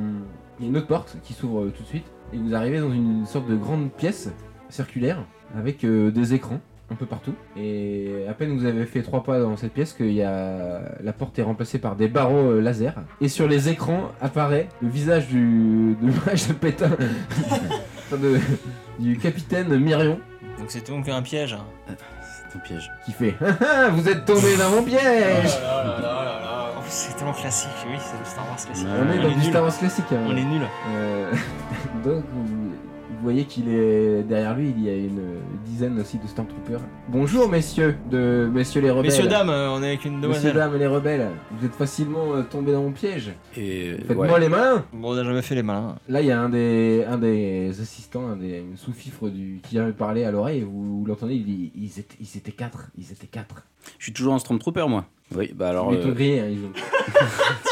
Il y a une autre porte qui s'ouvre euh, tout de suite. Et vous arrivez dans une sorte de grande pièce circulaire avec euh, des écrans un peu partout. Et à peine vous avez fait trois pas dans cette pièce que il y a... la porte est remplacée par des barreaux euh, laser. Et sur les écrans apparaît le visage du de mage de Pétain, Enfin, de- du capitaine Mirion,
Donc c'est donc un piège. hein.
C'est un piège.
qui fait Ah, ah, Vous êtes tombé dans mon piège
Oh là là là là là. En plus, c'est tellement classique, oui, c'est le Star Wars classique.
Bah, On est dans du
Ah, nul.
Star Wars classique. hein.
On est nul.
Euh, donc vous, vous voyez qu'il est derrière lui, il y a une dizaine aussi de Stormtroopers. Bonjour messieurs de messieurs les rebelles.
Messieurs dames, euh, on est avec une
Messieurs,
demoiselle.
dames, les rebelles, vous êtes facilement euh, tombés dans mon piège.
Et
Faites-moi les malins
Bon, on a jamais fait les malins.
Là, il y a un des, un des assistants, un des sous-fifres du, qui vient me parler à l'oreille et vous, l'entendez, il dit ils étaient, ils étaient quatre, ils étaient quatre.
Je suis toujours en Stormtrooper, moi. Oui, bah alors.
ils m'ont
euh,
grillé, hein, ils ont-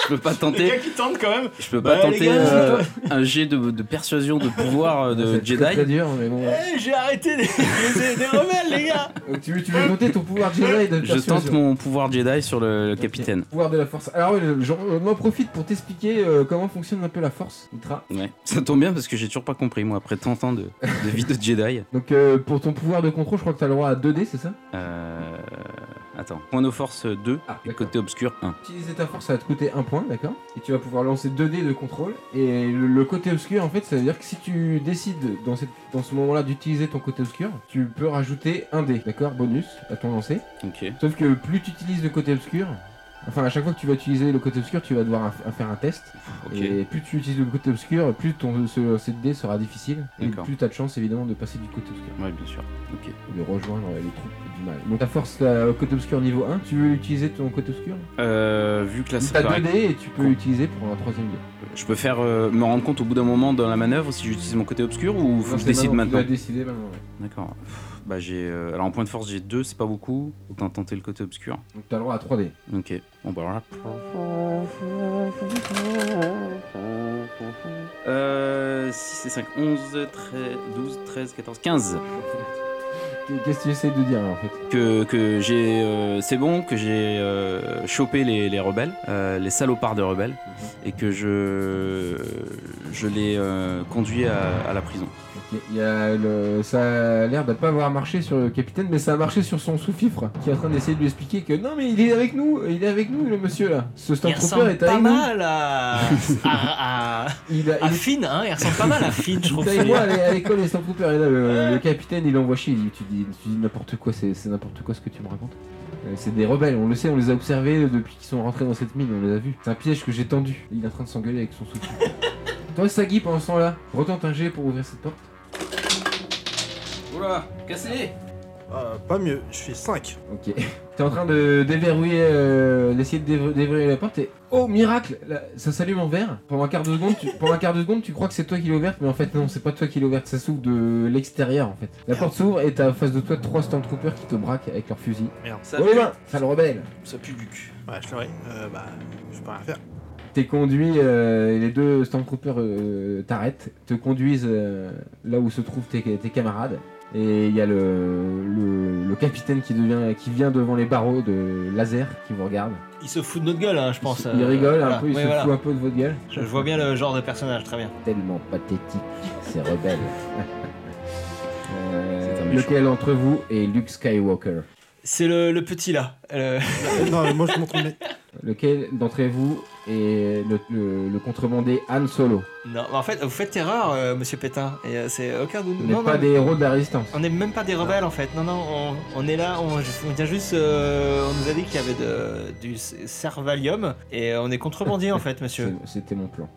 je peux pas tenter.
qui tente quand même.
Je peux pas tenter euh, un jet de, de persuasion de pouvoir euh, de
C'est très, très
Jedi.
dur, mais bon.
Eh, j'ai arrêté des, des- des rebelles, les gars.
Donc, tu, veux- tu veux compter ton pouvoir Jedi de
Je
persuasion.
tente mon pouvoir Jedi sur le, le capitaine.
Pouvoir de la force. Alors, euh, j'en on en profite pour t'expliquer euh, comment fonctionne un peu la force, Ultra.
Ouais. Ça tombe bien parce que j'ai toujours pas compris, moi, après 30 ans de, de vie de Jedi.
Donc, euh, pour ton pouvoir de contrôle, je crois que t'as le droit à 2D, c'est ça
Euh, attends. Point de force 2
Ah,
et côté obscur 1.
Utiliser ta force, ça va te coûter un point, d'accord Et tu vas pouvoir lancer 2 dés de contrôle. Et le, le côté obscur, en fait, ça veut dire que si tu décides dans, cette- dans ce moment-là d'utiliser ton côté obscur, tu peux rajouter un dé, d'accord Bonus à ton lancer.
Ok.
Sauf que plus tu utilises le côté obscur, enfin à chaque fois que tu vas utiliser le côté obscur, tu vas devoir un- un- faire un test.
Ok.
Et plus tu utilises le côté obscur, plus ton ce, cette dé sera difficile. Et
D'accord.
plus tu as de chance évidemment de passer du côté obscur.
Ouais, bien sûr. Ok.
De rejoindre les troupes du mal. Donc ta force là, au côté obscur niveau 1, tu veux utiliser ton côté obscur
Euh, vu que là, ça
T'as
paraît-
2 dés et tu peux l'utiliser pour un troisième dé.
Je peux faire euh, me rendre compte au bout d'un moment dans la manœuvre si j'utilise mon côté obscur ou faut
Non,
que je
c'est
décide
maintenant,
maintenant
Tu dois décider maintenant. ouais.
D'accord. Pff, Bah j'ai euh, alors en point de force j'ai 2, c'est pas beaucoup. Autant tenter le côté obscur.
Donc t'as le droit à 3 dés.
Ok. Bon bah voilà. Euh 6 et 5 11 13 12 13 14 15
Qu'est-ce que tu essaies de dire là, en fait
que, que j'ai euh, c'est bon que j'ai euh, chopé les, les rebelles euh, les salopards de rebelles et que je je les euh, conduis à, à la prison
Ok, il y a le- Ça a l'air de pas avoir marché sur le capitaine, mais ça a marché sur son sous-fifre qui est en train d'essayer de lui expliquer que non, mais il est avec nous, il est avec nous le monsieur là. Ce
Il
Stormtrooper
ressemble
est
pas
avec nous.
mal à. à. à-
Il a-
à
il-
Finn, hein. Il ressemble pas mal à Finn, je trouve.
T'as moi à l'é- à l'école les Stormtroopers et là euh, le, le capitaine il l'envoie chier, il dit tu dis, tu dis n'importe quoi, c'est c'est n'importe quoi ce que tu me racontes. Euh, C'est des rebelles, on le sait, on les a observés euh, depuis qu'ils sont rentrés dans cette mine, on les a vus. C'est un piège que j'ai tendu. Il est en train de s'engueuler avec son soutien. Toi Sagi pendant ce temps là, retente un jet pour ouvrir cette porte.
Oula cassé
Ah, pas mieux, je fais 5.
Ok. T'es en train de déverrouiller, euh, d'essayer de déver- déverrouiller la porte et oh miracle, là, ça s'allume en vert. Pendant un quart de seconde, tu, pendant un quart de seconde, tu crois que c'est toi qui l'as ouverte, mais en fait non, c'est pas toi qui l'as ouverte, ça s'ouvre de l'extérieur en fait. La porte s'ouvre et t'as en face de toi trois stormtroopers qui te braquent avec leurs fusils.
Merde.
Ça
oh
pue.
les mains, ça le rebelle.
ça pue du cul
Ouais, je l'aurais. Euh, bah, je peux rien faire.
T'es conduit, euh, les deux Stormtroopers euh, t'arrêtent, te conduisent euh, là où se trouvent tes, tes camarades. Et il y a le, le- le capitaine qui, devient, qui vient devant les barreaux de laser qui vous regarde.
Il se fout de notre gueule, hein, je pense.
il
euh,
rigole un
voilà.
peu, il
Oui,
se
voilà.
fout un peu de votre gueule.
Je, je vois bien le genre de personnage, très bien.
Tellement pathétique, c'est rebelle. Euh,
C'est un méchant.
lequel d'entre vous est Luke Skywalker
C'est le, le petit là. Euh,
non, mais moi je montre mes.
Lequel d'entre vous est le, le- le contrebandier Han Solo
Non, mais en fait, vous faites erreur, euh, monsieur Pétain. Et euh, c'est aucun de
Vous
nous.
n'êtes
non,
pas
non.
des héros de la résistance.
On n'est même pas des rebelles en fait. Non, non, on, on est là, on, on vient juste. euh, on nous a dit qu'il y avait de- du c- cervalium et euh, on est contrebandier en fait, monsieur.
C'est- C'était mon plan.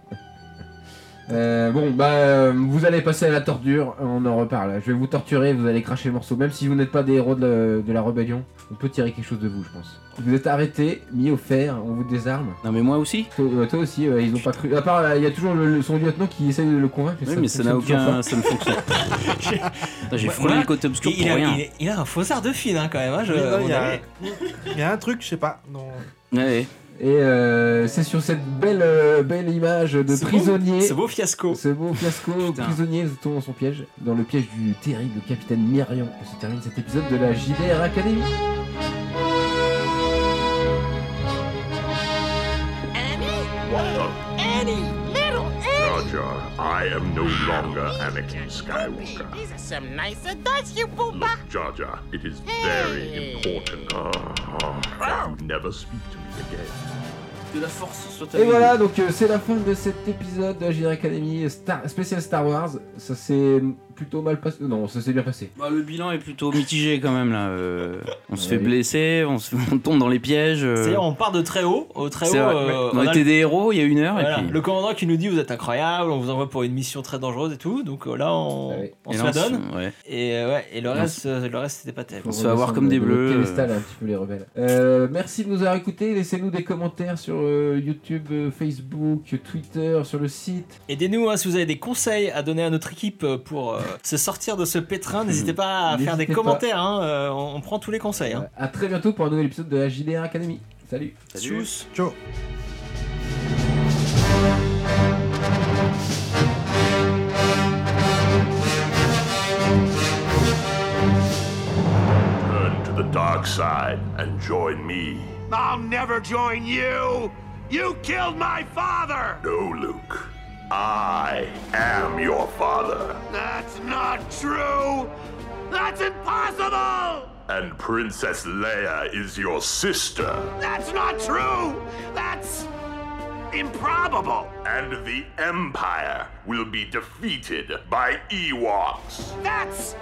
Euh, bon, bah, euh, vous allez passer à la torture, on en reparle. Je vais vous torturer, vous allez cracher le morceau. Même si vous n'êtes pas des héros de la, de la rébellion, on peut tirer quelque chose de vous, je pense. Vous êtes arrêté, mis au fer, on vous désarme.
Non mais moi aussi
Toi aussi, euh, ils ont pas cru. À part, euh, il y a toujours le- le- son lieutenant qui essaye de le convaincre.
Oui, mais ça n'a
fonctionne toujours
aucun.
pas.
Ça ne fonctionne. Putain, J'ai
Ouais,
frôlé
ouais.
le côté obscur
Il
pour
a-
rien.
il a- Il a un faussard de fil hein, quand même. hein, je-
Oui, non,
mon
il y a-
ami.
Il y a un truc, je sais pas. Non.
Et euh, c'est sur cette belle, euh, belle image de
Ce beau-
prisonnier. Euh,
ce beau fiasco.
Ce beau fiasco, prisonnier, vous tombez dans son piège. Dans le piège du terrible capitaine Myrion, que se termine cet épisode de la JDR Academy.
Annie, little Annie.
Roger, I am no longer Anakin Skywalker.
These are some nice adults, you
Look,
booba.
Jaja, it is very important. Ah, ah, that you never speak to me again.
Que la force soit
Et voilà, donc euh, c'est la fin de cet épisode de la JDR Academy Star, spécial Star Wars. Ça s'est plutôt mal passé. Non, ça s'est bien passé.
Bah, le bilan est plutôt mitigé quand même là. euh, on se fait
Oui.
blesser, on, se- on tombe dans les pièges. euh,
C'est-à-dire, on part de très haut, au très haut.
c'est vrai,
euh,
ouais. on,
a
était
le-
des héros il y a une heure
Voilà,
et puis.
Le commandant qui nous dit vous êtes incroyable, on vous envoie pour une mission très dangereuse et tout, donc euh, là on, on
Et
se la
là, on se-
donne.
ouais.
Et euh, ouais, et le
On
reste, euh, le reste c'était pas terrible.
On se fait avoir comme des
De notre
bleus.
piédestal, un petit peu les rebelles. Euh, merci de nous avoir écoutés. Laissez-nous des commentaires sur euh, YouTube, euh, Facebook, Twitter, sur le site.
Aidez-nous hein, si vous avez des conseils à donner à notre équipe euh, pour euh, se sortir de ce pétrin. N'hésitez pas à faire des
N'hésitez pas.
commentaires. hein, euh, on, on prend tous les conseils. hein.
À très bientôt pour un nouvel épisode de la JDR Academy. Salut.
Tchuss.
Ciao.
Turn to the dark side and join me.
I'll never join you! You killed my father!
No, Luke. I am your father,
That's not true! That's impossible!
and Princess Leia is your sister.
That's not true! That's improbable!
And the Empire will be defeated by Ewoks.
That's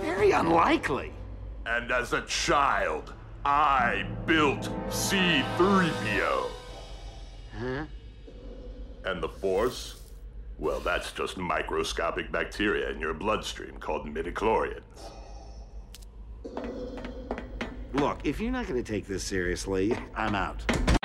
very unlikely.
And as a child, I built C3PO.
Huh?
And the Force? Well, that's just microscopic bacteria in your bloodstream called midichlorians.
Look, if you're not gonna take this seriously, I'm out.